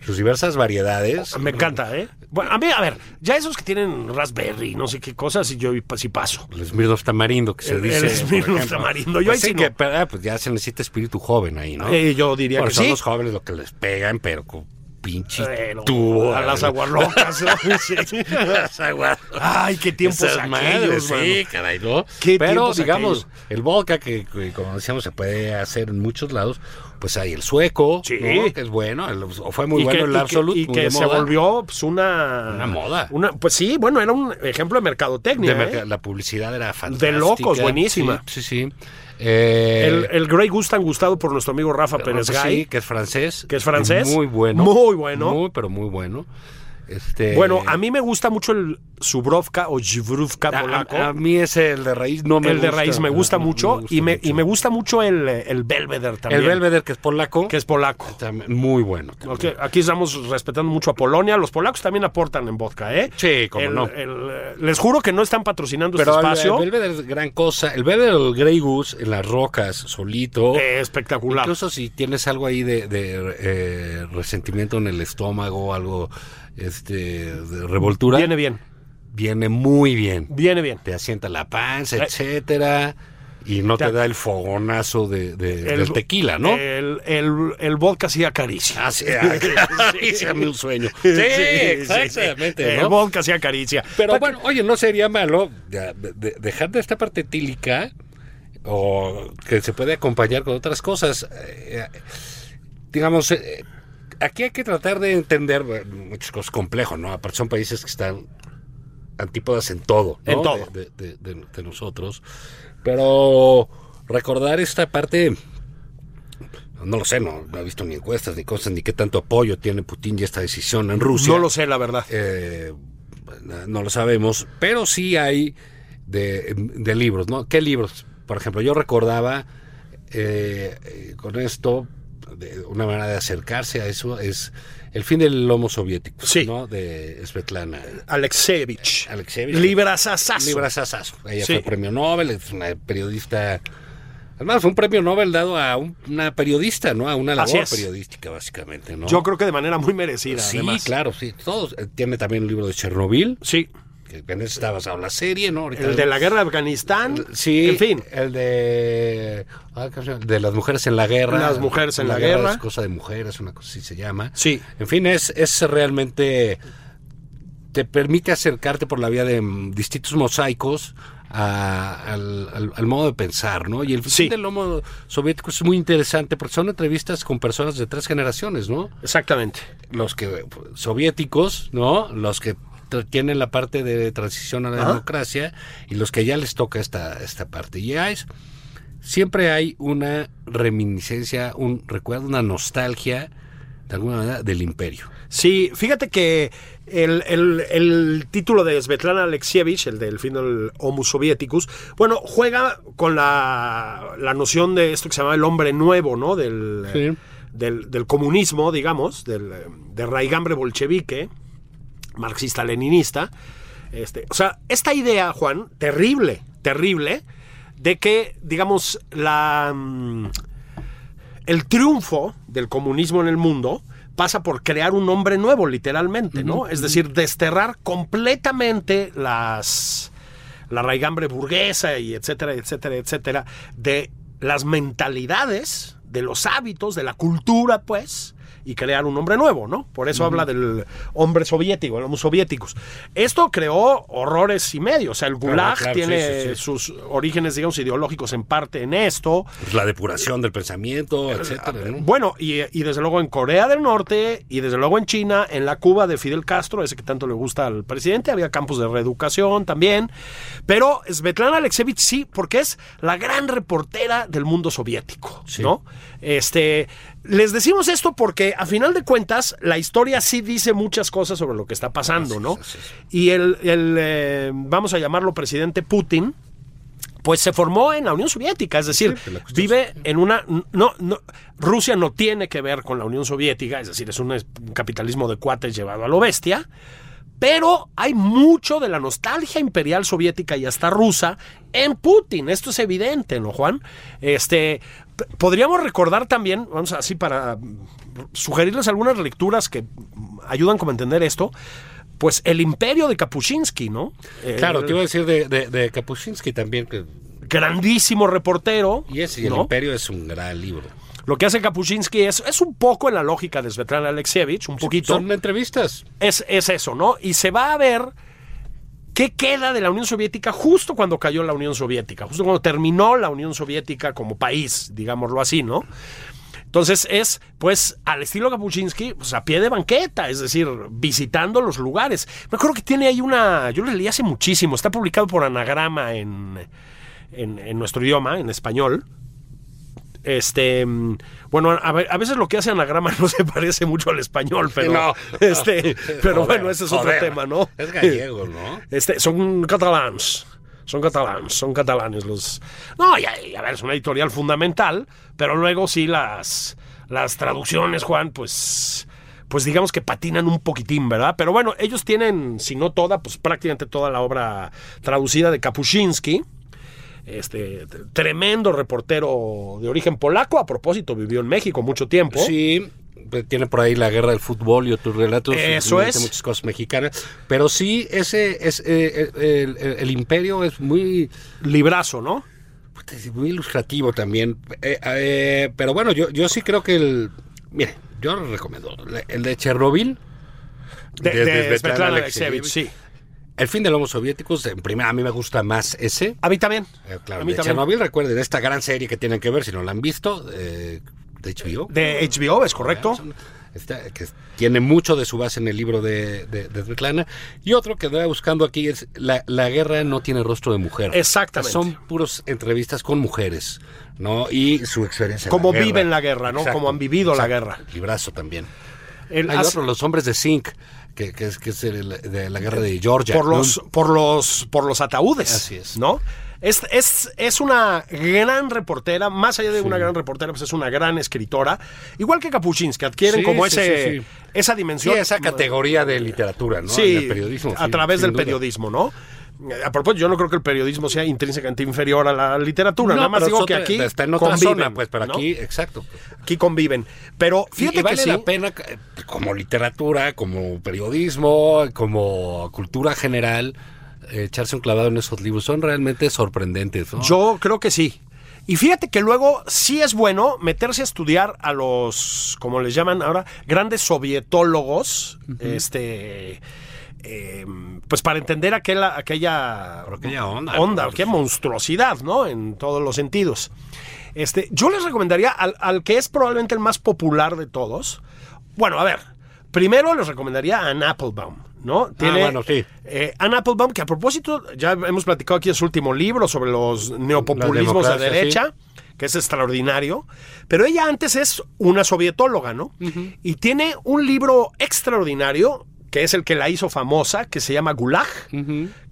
sus diversas variedades.
Me encanta, ¿eh? Bueno, a mí, a ver, ya esos que tienen Raspberry, no sé qué cosas, y yo pues, sí paso.
El Smirnoff tamarindo, que se
El- el
dice. por
Smirnoff
ejemplo.
tamarindo, yo
Pues
ahí
sí
sí
que,
no.
pero, ah, pues ya se necesita espíritu joven ahí, ¿no?
Eh, yo diría
Porque
que
son
sí.
los jóvenes los que les pegan, pero con pinche
Pero
tubo.
a las aguas locas. ¿no? [LAUGHS] Sí.
[LAUGHS] Las aguas-
Ay, qué tiempos
Esas
aquellos,
madres, sí,
mano.
caray, ¿no?
Qué
Pero
tiempos
digamos,
aquellos.
el vodka, que, que, como decíamos, se puede hacer en muchos lados, pues hay el sueco,
Sí.
¿no? que es bueno, el- o fue muy
Y
bueno
que-
el
y que-
absoluto.
Y que, se volvió pues, una...
Una moda.
una- pues sí, bueno, era un ejemplo de mercadotecnia. ¿eh?
la publicidad era fantástica.
locos, buenísima.
Sí, sí. sí. Eh, pues
El, el Grey Goose tan gustado por nuestro amigo Rafa Pérez
sí,
Gay.
que es francés.
que es francés.
Muy bueno.
Muy bueno.
Muy, pero muy bueno. Este,
Bueno, a mí me gusta mucho el Zubrovka o Zhivrovka
a-
polaco.
a- a mí ese, el de raíz, no Ah, me
el de
gusta.
raíz me gusta
No,
mucho,
gusta
y, me,
mucho.
y me gusta mucho el, eh, el Belvedere también.
El Belvedere, que es polaco,
Que es polaco.
también muy bueno. también.
Ok, Aquí estamos respetando mucho a Polonia. Los polacos también aportan en vodka, ¿eh?
Sí, cómo
El-
no.
el, eh, les juro que no están patrocinando
Pero
este
el-
espacio.
el Belvedere es gran cosa. El Belvedere, el Grey Goose, en las rocas, solito.
Eh, espectacular.
Incluso si tienes algo ahí de, de, eh, resentimiento en el estómago, algo este, de revoltura,
Viene
viene,
bien,
muy bien.
viene bien.
Te asienta la panza, etcétera, y no
Te-
te, da el fogonazo de, de-
El-
del tequila, ¿no? Ah,
El, el- el vodka sí [LAUGHS] acaricia.
[LAUGHS] Así, acaríciame un sueño. Sí, exactamente.
sí.
¿no?
El vodka sí acaricia.
Pero
Pa-
bueno, oye, no sería malo ya, de- de- dejar de esta parte tílica o que se puede acompañar con otras cosas. Eh, eh, digamos, eh, aquí hay que tratar de entender bueno, muchas cosas complejas, ¿no? Aparte son países que están antípodas en todo, ¿no?
En todo.
De, de- de- de- de nosotros. Pero recordar esta parte... No lo sé, no, no he visto ni encuestas, ni cosas, ni qué tanto apoyo tiene Putin y esta decisión en Rusia
no lo sé, la verdad.
eh, no lo sabemos, pero sí hay de, de libros, ¿no? ¿Qué libros? Por ejemplo, yo recordaba eh, eh, con esto, de- una manera de acercarse a eso es El fin del lomo soviético,
Sí.
¿no? De Svetlana
Alexevich.
Alexeyevich.
Librasasazo.
Libra Sasazo. Ella
Sí.
fue premio Nobel, es una periodista. Además, fue un premio Nobel dado a un- una periodista, ¿no? A una
Así
labor
es.
periodística, básicamente, ¿no?
Yo creo que de manera muy merecida.
Sí,
además.
claro, sí. Todos. eh, Tiene también un libro de Chernobyl.
Sí.
que en ese está basado la serie, ¿no? Ahorita-
El de la guerra de Afganistán.
Sí,
En fin.
El de. ah, ¿cómo se llama? De las mujeres en la guerra.
Las mujeres en la guerra.
Es cosa de mujeres, una cosa así se llama.
Sí.
En fin, es, es realmente. Te permite acercarte por la vía de mm, distintos mosaicos a- al, al- al modo de pensar, ¿no? Y el fin
Sí.
del lomo soviético es muy interesante porque son entrevistas con personas de tres generaciones, ¿no?
Exactamente.
los que soviéticos, ¿no? Los que tr- tienen la parte de transición a la democracia y los que ya les toca esta, esta parte. Y ya es, siempre hay una reminiscencia, un recuerdo, una nostalgia, de alguna manera, del imperio.
Sí, fíjate que el, el- el título de Svetlana Alexievich, el del fin del Homo Sovieticus, bueno, juega con la, la noción de esto que se llama el hombre nuevo, ¿no? Del,
Sí.
eh, del, del comunismo, digamos, del, eh, de raigambre bolchevique, marxista-leninista. Este, o sea, esta idea, Juan, terrible, terrible, de que, digamos, la... mm, el triunfo del comunismo en el mundo pasa por crear un hombre nuevo, literalmente, ¿no? Es decir, desterrar completamente las la raigambre burguesa y etcétera, etcétera, etcétera, de las mentalidades, de los hábitos, de la cultura, pues, y crear un hombre nuevo, ¿no? Por eso habla del hombre soviético, el homo soviéticos. Esto creó horrores y medio, o sea, el Gulag
claro, sí,
tiene
sí, sí.
sus orígenes, digamos, ideológicos en parte en esto,
Pues la depuración del pensamiento, etcétera, ¿no?
bueno, y, y desde luego en Corea del Norte, y desde luego en China, en la Cuba de Fidel Castro, ese que tanto le gusta al presidente, había campos de reeducación también. Pero Svetlana Alexievich sí, porque es la gran reportera del mundo soviético,
Sí.
¿no? Este, les decimos esto porque a final de cuentas la historia sí dice muchas cosas sobre lo que está pasando, ¿no?
Así es, así
Y el, el, eh, vamos a llamarlo presidente Putin, pues se formó en la Unión Soviética, es decir,
Sí, te la escuchaste.
vive en una no, no Rusia no tiene que ver con la Unión Soviética, es decir, es un es- un capitalismo de cuates llevado a lo bestia, pero hay mucho de la nostalgia imperial soviética y hasta rusa en Putin. Esto es evidente, ¿no, Juan? Este, p- podríamos recordar también, vamos así para mm, sugerirles algunas lecturas que mm, ayudan como a entender esto, pues el imperio de Kapuscinski, ¿no? Eh,
ah, Claro, te iba a decir de, de, de Kapuscinski también, que,
grandísimo reportero.
y ese, y el
¿no?
imperio es un gran libro.
Lo que hace Kapuscinski es, es un poco en la lógica de Svetlana Alexievich, un poquito.
Son entrevistas.
Es, es eso, ¿no? Y se va a ver qué queda de la Unión Soviética justo cuando cayó la Unión Soviética, justo cuando terminó la Unión Soviética como país, digámoslo así, ¿no? Entonces es, pues, al estilo Kapuscinski, pues a pie de banqueta, es decir, visitando los lugares. Me acuerdo que tiene ahí una, yo lo leí hace muchísimo, está publicado por Anagrama en, en, en nuestro idioma, en español. Este, mm, bueno, a, ve- a veces lo que hace anagrama [LAUGHS] no se parece mucho al español, pero
No. [LAUGHS]
este, pero
Joder,
bueno, ese es otro
joder.
tema, ¿no?
Es gallego, ¿no?
Este, son catalans. Son catalans, son catalanes los. No, y, y, a ver, es una editorial fundamental, pero luego sí las, las traducciones, Juan, pues. Pues digamos que patinan un poquitín, ¿verdad? Pero bueno, ellos tienen, si no toda, pues prácticamente toda la obra traducida de Kapuscinski. Este t- tremendo reportero de origen polaco, a propósito, vivió en México mucho tiempo.
Sí, pues, tiene por ahí la guerra del fútbol y otros relatos.
Eso
obviamente
es.
Muchas cosas mexicanas. Pero sí, ese es eh, eh, el, el- el imperio es muy,
Librazo, ¿no?
puta, es muy ilustrativo también. Eh, eh, pero bueno, yo, yo sí creo que el. Mire, yo lo recomiendo. le- El de Chernobyl.
De,
de-
de
de Svetlana
Svetlana
Alexievich.
Alexievich, sí.
El fin del Homo Soviéticos, en primera, a mí me gusta más ese.
A mí también.
Eh, claro,
a mí
de
también.
Chernobyl, recuerden, esta gran serie que tienen que ver, si no la han visto, eh, de HBO.
De HBO, es correcto.
Está- que tiene mucho de su base en el libro de, de, de Svetlana. Y otro que andaba buscando aquí es la, la guerra no tiene rostro de mujer.
Exactamente.
Son puros entrevistas con mujeres, ¿no? Y su experiencia. en
Cómo
la guerra.
viven la guerra, ¿no? Cómo han vivido la guerra.
Librazo también.
El-
Hay
hace-
otro, Los hombres de Zinc, que, que es, que es el- de la guerra de Georgia.
por
¿no?
los por los por los ataúdes.
Así es.
¿No? Es, es, es una gran reportera, más allá de una gran reportera, pues es una gran escritora. Igual que Kapuczynski, adquieren
Sí,
como
sí,
ese,
sí, sí.
esa
Sí,
dimensión.
esa categoría de literatura, ¿no?
Sí,
En el periodismo.
a
sí,
través
sin
del
duda.
periodismo, ¿no? Eh, A propósito, yo no creo que el periodismo sea intrínsecamente inferior a la literatura.
No,
Nada más
pero
digo
es
que
otra-
aquí
está en otra
conviven,
zona, pues, pero
¿no?
aquí, exacto.
Aquí conviven. Pero fíjate
y, y vale
que sí.
la pena eh, como literatura, como periodismo, como cultura general eh, echarse un clavado en esos libros son realmente sorprendentes, ¿no?
Yo creo que sí. Y fíjate que luego sí es bueno meterse a estudiar a los, como les llaman ahora, grandes sovietólogos, este, eh, pues para entender aquel- aquella,
aquella onda.
qué monstruosidad, ¿no? En todos los sentidos. Este, yo les recomendaría al, al que es probablemente el más popular de todos. Bueno, a ver, primero les recomendaría a Ann Applebaum, ¿no?
Ah, bueno, sí.
eh, Ann Applebaum, que a propósito, ya hemos platicado aquí de su último libro sobre los neopopulismos de
La democracia,
derecha, que es extraordinario, pero ella antes es una sovietóloga, ¿no? Y tiene un libro extraordinario, que es el que la hizo famosa, que se llama Gulag,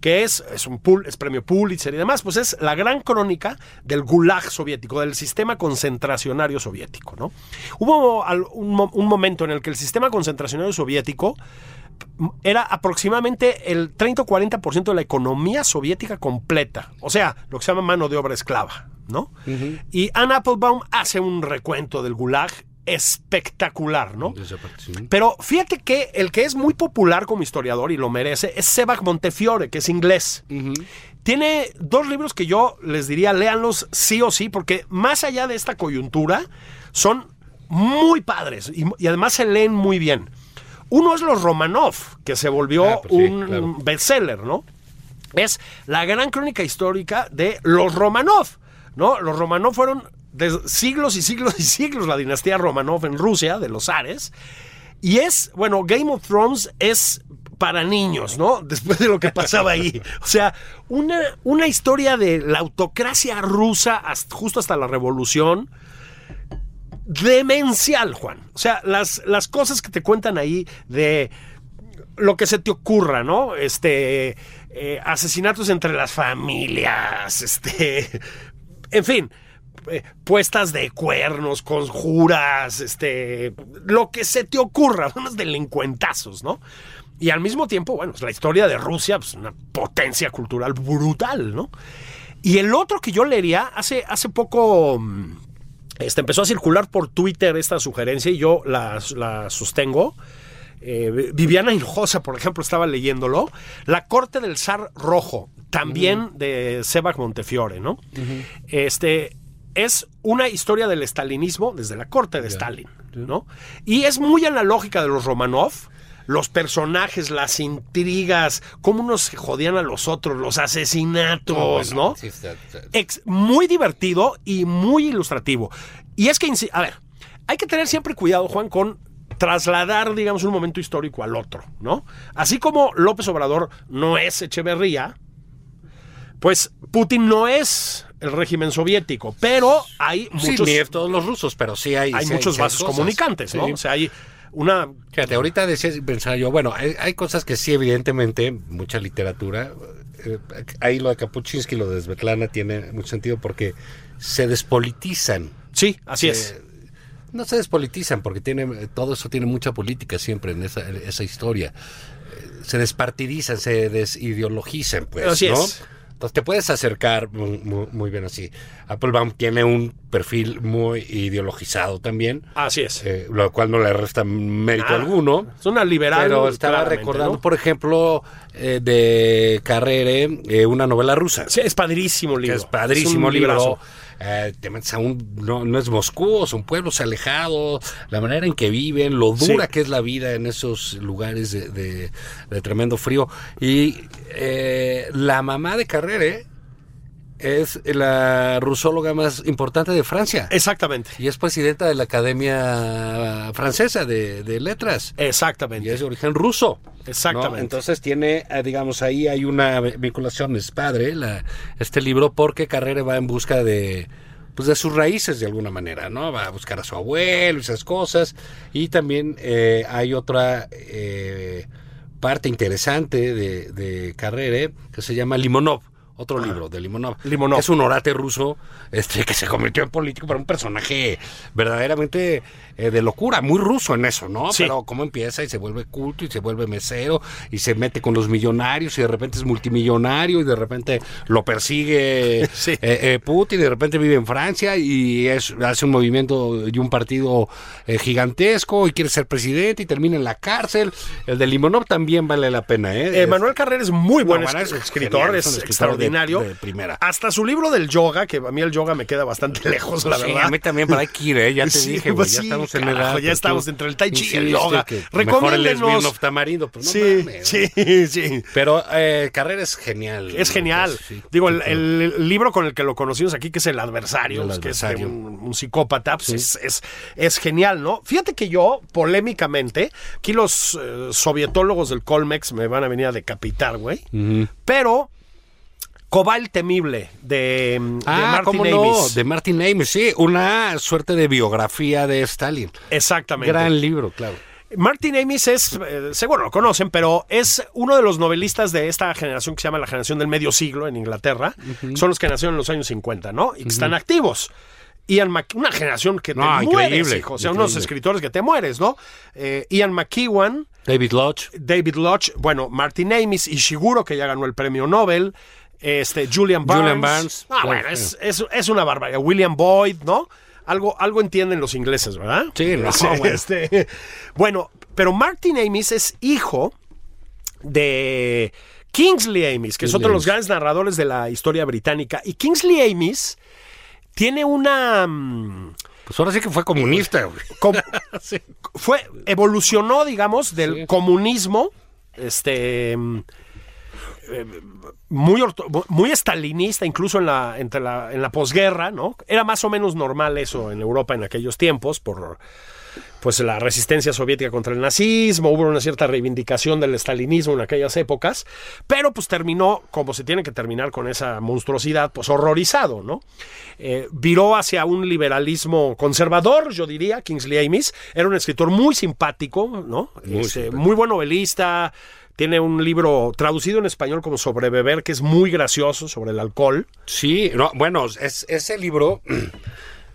que es, es un pul- es premio Pulitzer y demás, pues es la gran crónica del Gulag soviético, del sistema concentracionario soviético, ¿no? Hubo al- un mo- un momento en el que el sistema concentracionario soviético era aproximadamente el 30 o 40% de la economía soviética completa. O sea, lo que se llama mano de obra esclava, ¿no? Y Anne Applebaum hace un recuento del gulag espectacular, ¿no?
Desde aparte, sí.
Pero fíjate que el que es muy popular como historiador y lo merece es Sebag Montefiore, que es inglés. Tiene dos libros que yo les diría, léanlos sí o sí, porque más allá de esta coyuntura, son muy padres y, y además se leen muy bien. Uno es Los Romanov, que se volvió
Ah, pues sí,
un
claro.
bestseller, ¿no? es la gran crónica histórica de los Romanov, ¿no? Los Romanov fueron de siglos y siglos y siglos la dinastía Romanov en Rusia, de los Ares. Y es, bueno, Game of Thrones es para niños, ¿no? [LAUGHS] Después de lo que pasaba ahí. O sea, una, una historia de la autocracia rusa hasta- justo hasta la revolución. Demencial, Juan. O sea, las, las cosas que te cuentan ahí de lo que se te ocurra, ¿no? Este, eh, asesinatos entre las familias, este, [LAUGHS] en fin, eh, puestas de cuernos, conjuras, este, lo que se te ocurra, [LAUGHS] unos delincuentazos, ¿no? Y al mismo tiempo, bueno, es la historia de Rusia, pues una potencia cultural brutal, ¿no? Y el otro que yo leería hace, hace poco... mm, este, empezó a circular por Twitter esta sugerencia y yo la, la sostengo. Eh, Viviana Hinojosa, por ejemplo, estaba leyéndolo. La corte del zar rojo, también
Mm.
de Sebag Montefiore, ¿no? Este es una historia del estalinismo desde la corte de Stalin, ¿no? Y es muy analógica de los Romanov. Los personajes, las intrigas, cómo unos se jodían a los otros, los asesinatos,
Ah, Bueno,
Pues, ¿no? Eh,
sí, está- está-
ex- muy divertido y muy ilustrativo. Y es que, insi- a ver, hay que tener siempre cuidado, Juan, con trasladar, digamos, un momento histórico al otro, ¿no? Así como López Obrador no es Echeverría, pues Putin no es el régimen soviético, pero hay
Sí,
muchos,
ni de todos los rusos, pero sí hay.
hay
sí
muchos
sí hay
vasos
cosas.
comunicantes, ¿no?
Sí.
O sea, hay una...
Fíjate, ahorita decía, pensaba yo, bueno, hay, hay cosas que sí, evidentemente, mucha literatura. eh, ahí lo de Kapuczynski y lo de Svetlana tiene mucho sentido porque se despolitizan.
Sí, así es.
No se despolitizan porque tiene, eh, todo eso tiene mucha política siempre en esa, en esa historia. Eh, Se despartidizan, se desideologizan, pues,
Así
¿no?
es.
Entonces te puedes acercar muy, muy- muy bien así. Applebaum tiene un perfil muy ideologizado también,
Así es.
eh, lo cual no le resta mérito
Nada.
alguno.
Es una liberal.
Pero estaba
Ah, claramente,
recordando,
¿no?
por ejemplo, eh, de Carrere, eh, una novela rusa.
Sí, es padrísimo el
que
libro.
es padrísimo
un
libro.
librazo.
Eh, te metes a un, no, no es Moscú, son pueblos alejados, la manera en que viven, lo dura
Sí.
que es la vida en esos lugares de, de- de tremendo frío. Y eh, la mamá de Carrere es la rusóloga más importante de Francia.
Exactamente.
y es presidenta de la Academia Francesa de- de Letras. Y
Exactamente.
es de origen ruso.
Exactamente.
¿no? Entonces tiene, eh, digamos, ahí hay una vinculación, es padre la- este libro, porque Carrera va en busca de pues de sus raíces de alguna manera, ¿no? Va a buscar a su abuelo y esas cosas. Y también eh, hay otra eh, parte interesante de, de Carrere que se llama Limonov, otro libro de Limonov.
Ah. Limonov.
que es un orate ruso este, que se convirtió en político, pero un personaje verdaderamente eh, de locura, muy ruso en eso, ¿no?
Sí.
Pero cómo empieza y se vuelve culto y se vuelve mesero y se mete con los millonarios y de repente es multimillonario y de repente lo persigue
[LAUGHS] Sí.
eh, eh, Putin y de repente vive en Francia y es, hace un movimiento y un partido eh, gigantesco y quiere ser presidente y termina en la cárcel. El de Limonov también vale la pena, ¿eh?
Eh, Manuel Carrera es muy buen
No,
es-
Manuel es
escritor,
genial,
es,
es un escritor de-
extraordinario.
de primera.
Hasta su libro del yoga, que a mí el yoga me queda bastante [LAUGHS] lejos, Pues la
Sí,
verdad.
a mí también, pero hay que ir, ¿eh? ya te
Sí,
dije, güey,
pues
ya
sí,
estamos en
carajo,
edad.
ya
pues,
estamos
tú
entre el tai chi y el
insistes
yoga.
que Mejor el
Recomiéndenos.
Smirnoff tamarindo, pero no
sí,
mames, ¿no?
sí, [LAUGHS] sí.
Pero eh, Carrera es genial.
Es
¿no?
genial.
Pues, sí,
Digo, el,
sí,
el libro con el que lo conocimos aquí, que es El Adversario,
El
pues, que es de
Adversario.
un, un psicópata, pues, es, es- es genial, ¿no? Fíjate que yo, polémicamente, aquí los eh, sovietólogos del Colmex me van a venir a decapitar, güey. Pero Cobal Temible de, mm, de
Ah,
Martin
¿cómo no?
Amis.
De Martin Amis, sí. Una suerte de biografía de Stalin.
Exactamente.
Gran libro, claro.
Martin Amis es, eh, seguro lo conocen, pero es uno de los novelistas de esta generación que se llama la generación del medio siglo en Inglaterra. Son los que nacieron en los años 50, ¿no? Y que están activos. Ian Mc- una generación que te
No,
mueres,
Ah, increíble,
hijo. O sea,
increíble.
unos escritores que te mueres, ¿no? Eh, Ian McEwan,
David Lodge.
David Lodge, bueno, Martin Amis y Shiguro, que ya ganó el premio Nobel, este, Julian Barnes.
Julian Barnes,
Ah,
claro,
bueno, es, es- es una barbaridad. William Boyd, ¿no? Algo, algo entienden los ingleses, ¿verdad? [LAUGHS]
Sí, no, bueno.
este, bueno, pero Martin Amis es hijo de Kingsley Amis, que es otro de los
Amis.
grandes narradores de la historia británica. Y Kingsley Amis tiene una... mm,
Pues ahora sí que fue
[LAUGHS]
comunista, güey. [LAUGHS]
com- fue evolucionó digamos del
Sí.
comunismo este mm, eh, muy orto- muy estalinista incluso en la entre la en la posguerra no era más o menos normal eso en Europa en aquellos tiempos por pues la resistencia soviética contra el nazismo, hubo una cierta reivindicación del estalinismo en aquellas épocas, pero pues terminó, como se tiene que terminar con esa monstruosidad, pues horrorizado, ¿no? Eh, viró hacia un liberalismo conservador, yo diría, Kingsley Amis, era un escritor muy simpático, ¿no?
Muy
Este,
simpático.
muy buen novelista, tiene un libro traducido en español como sobre beber, que es muy gracioso, sobre el alcohol.
Sí, no, bueno, es, ese libro, [CLEARS THROAT]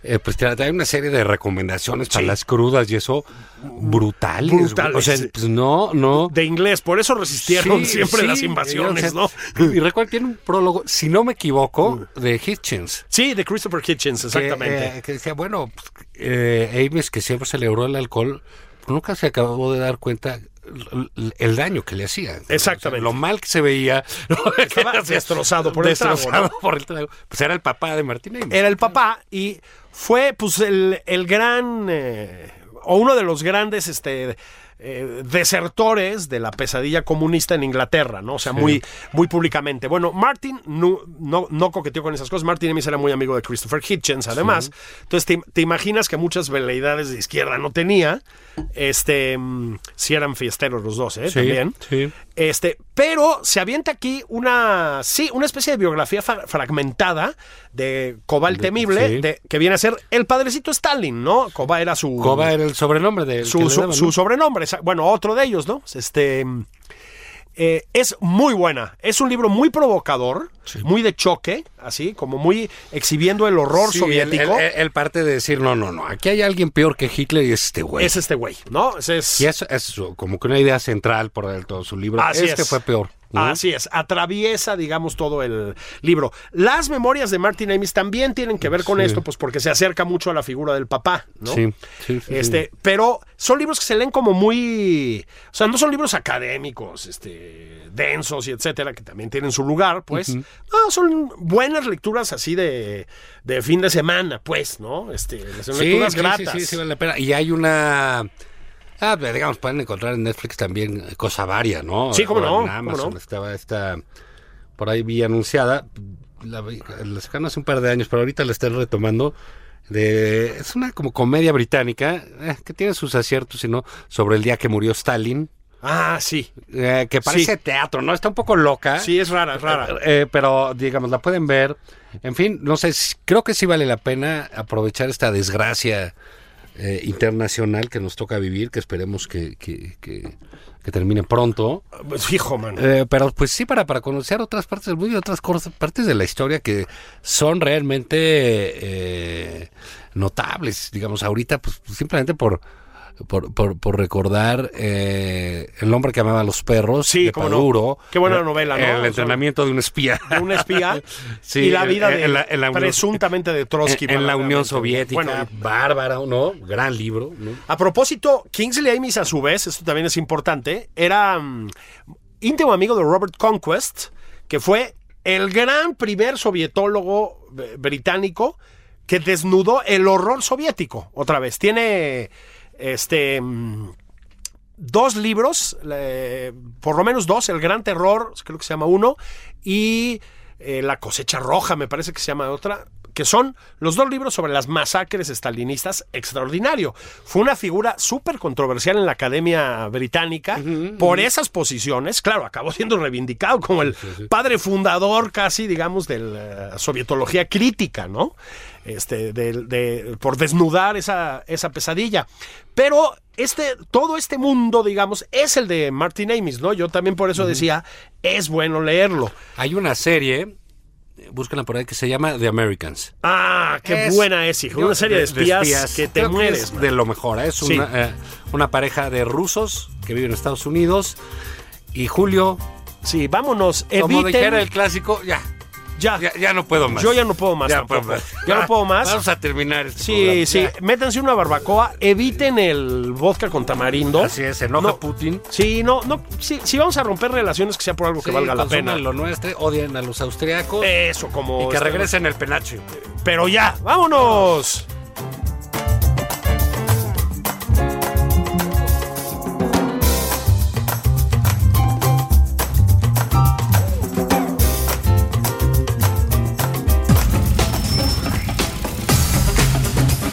eh, pues te trae una serie de recomendaciones para las crudas y eso, brutales. güey.
Brutales,
O sea,
sí.
pues no, no.
De inglés, por eso resistieron
Sí,
siempre
sí,
las
o
invasiones,
sea,
¿no?
Y recuerdo, tiene un prólogo, si no me equivoco, de Hitchens.
Sí, de Christopher Hitchens,
que,
exactamente.
eh, Que, decía, bueno, pues, eh, Ames, que siempre celebró el alcohol, pues, nunca se acabó de dar cuenta l- l- el daño que le hacía.
Exactamente.
lo mal que se veía. [LAUGHS]
Estaba destrozado por el trago,
Destrozado
¿no?
por el trago. Pues era el papá de Martín Ames.
era el papá y fue pues el, el gran eh, o uno de los grandes este eh, desertores de la pesadilla comunista en Inglaterra, ¿no? O sea, muy, muy públicamente. Bueno, Martin no, no, no coqueteó con esas cosas. Martin Amis era muy amigo de Christopher Hitchens, además. Entonces, te, te imaginas que muchas veleidades de izquierda no tenía. Este, mm, si eran fiesteros los dos, ¿eh? También.
sí.
Este, pero se avienta aquí una, sí, una especie de biografía fra- fragmentada de Cobal Temible,
sí.
de- que viene a ser el padrecito Stalin, ¿no? Coba era su
Coba era el sobrenombre de
su, su- su sobrenombre. esa- Bueno, otro de ellos, ¿no? Este. eh, es muy buena. Es un libro muy provocador, muy de choque, así, como muy exhibiendo el horror soviético.
El, el parte de decir, no, no, no, aquí hay alguien peor que Hitler y es este güey.
es este güey, ¿no? Ese es-
Y eso es su- como que una idea central por el todo su libro.
Así
este
es.
fue peor. ¿no?
Así es, atraviesa, digamos, todo el libro. Las memorias de Martin Amis también tienen que ver con esto, pues porque se acerca mucho a la figura del papá, ¿no?
Sí, sí, sí,
Este, pero son libros que se leen como muy. O sea, no son libros académicos, este, densos y etcétera, que también tienen su lugar, pues. No, son buenas lecturas así de, de fin de semana, pues, ¿no? Este, son lecturas gratas.
Sí, sí, sí, vale la pena. Y hay una. Ah, pero digamos, pueden encontrar en Netflix también eh, cosa varia, ¿no?
Sí, cómo
O
no,
En
cómo
Amazon
no.
estaba esta. Por ahí vi anunciada. La, vi- la sacaron hace un par de años, pero ahorita la están retomando. De, es una como comedia británica eh, que tiene sus aciertos, sino sobre el día que murió Stalin.
Ah, sí.
eh, que parece
Sí.
teatro, ¿no? Está un poco loca.
Sí, es rara, es rara.
Eh, eh, pero, digamos, la pueden ver. En fin, no sé, s- creo que sí vale la pena aprovechar esta desgracia eh, internacional que nos toca vivir, que esperemos que, que- que- que termine pronto.
Pues, Fijo, man.
Eh, pero pues sí, para, para conocer otras partes del mundo y otras cor- partes de la historia que son realmente eh, notables, digamos, ahorita, pues simplemente por... Por, por- por recordar eh, el hombre que amaba a los perros
Sí,
de
cómo no.
Paduro,
Qué buena novela, ¿no? O
el
sea,
entrenamiento de un espía
de un espía
[LAUGHS] Sí,
y la
en-
vida
en-
de,
en la- en la Unión-
presuntamente de Trotsky.
en, en la Unión
verdaderamente.
Soviética,
Bueno,
bárbara, ¿no? Gran libro, ¿no?
a propósito, Kingsley Amis, a su vez, esto también es importante, era mm, íntimo amigo de Robert Conquest, que fue el gran primer sovietólogo eh, británico que desnudó el horror soviético. Otra vez, tiene este. mm, dos libros, eh, por lo menos dos, El Gran Terror, creo que se llama uno, y eh, La cosecha roja, me parece que se llama otra, que son los dos libros sobre las masacres estalinistas extraordinario. Fue una figura súper controversial en la Academia Británica por esas posiciones, claro, acabó siendo reivindicado como el padre fundador casi, digamos, de la sovietología crítica, ¿no? Este, del- de- por desnudar esa, esa pesadilla. Pero este, todo este mundo, digamos, es el de Martin Amis, ¿no? Yo también por eso decía, es bueno leerlo.
Hay una serie, eh, búsquenla por ahí, que se llama The Americans.
Ah, qué buena es, hijo. Una serie de espías, que te
Creo
mueres.
es
man.
de lo mejor. Es
Sí.
una, eh, una pareja de rusos que viven en Estados Unidos. Y Julio,
Sí, vámonos.
como
Eviten.
dijera el clásico, ya,
ya.
ya, ya no puedo más.
Ah. Yo ya no puedo más.
Ya
tampoco.
puedo más.
Ya no puedo más.
Vamos a terminar este
Sí,
programa.
sí,
Ya.
métanse una barbacoa, eviten el vodka con tamarindo.
Así es, se enoja Putin.
Sí, no, no, sí, si vamos a romper relaciones que sea por algo que
Sí,
valga la pena.
consuman lo nuestro, odian a los austriacos
Eso, como.
y que
este-
regresen el penacho.
Pero ya, vámonos.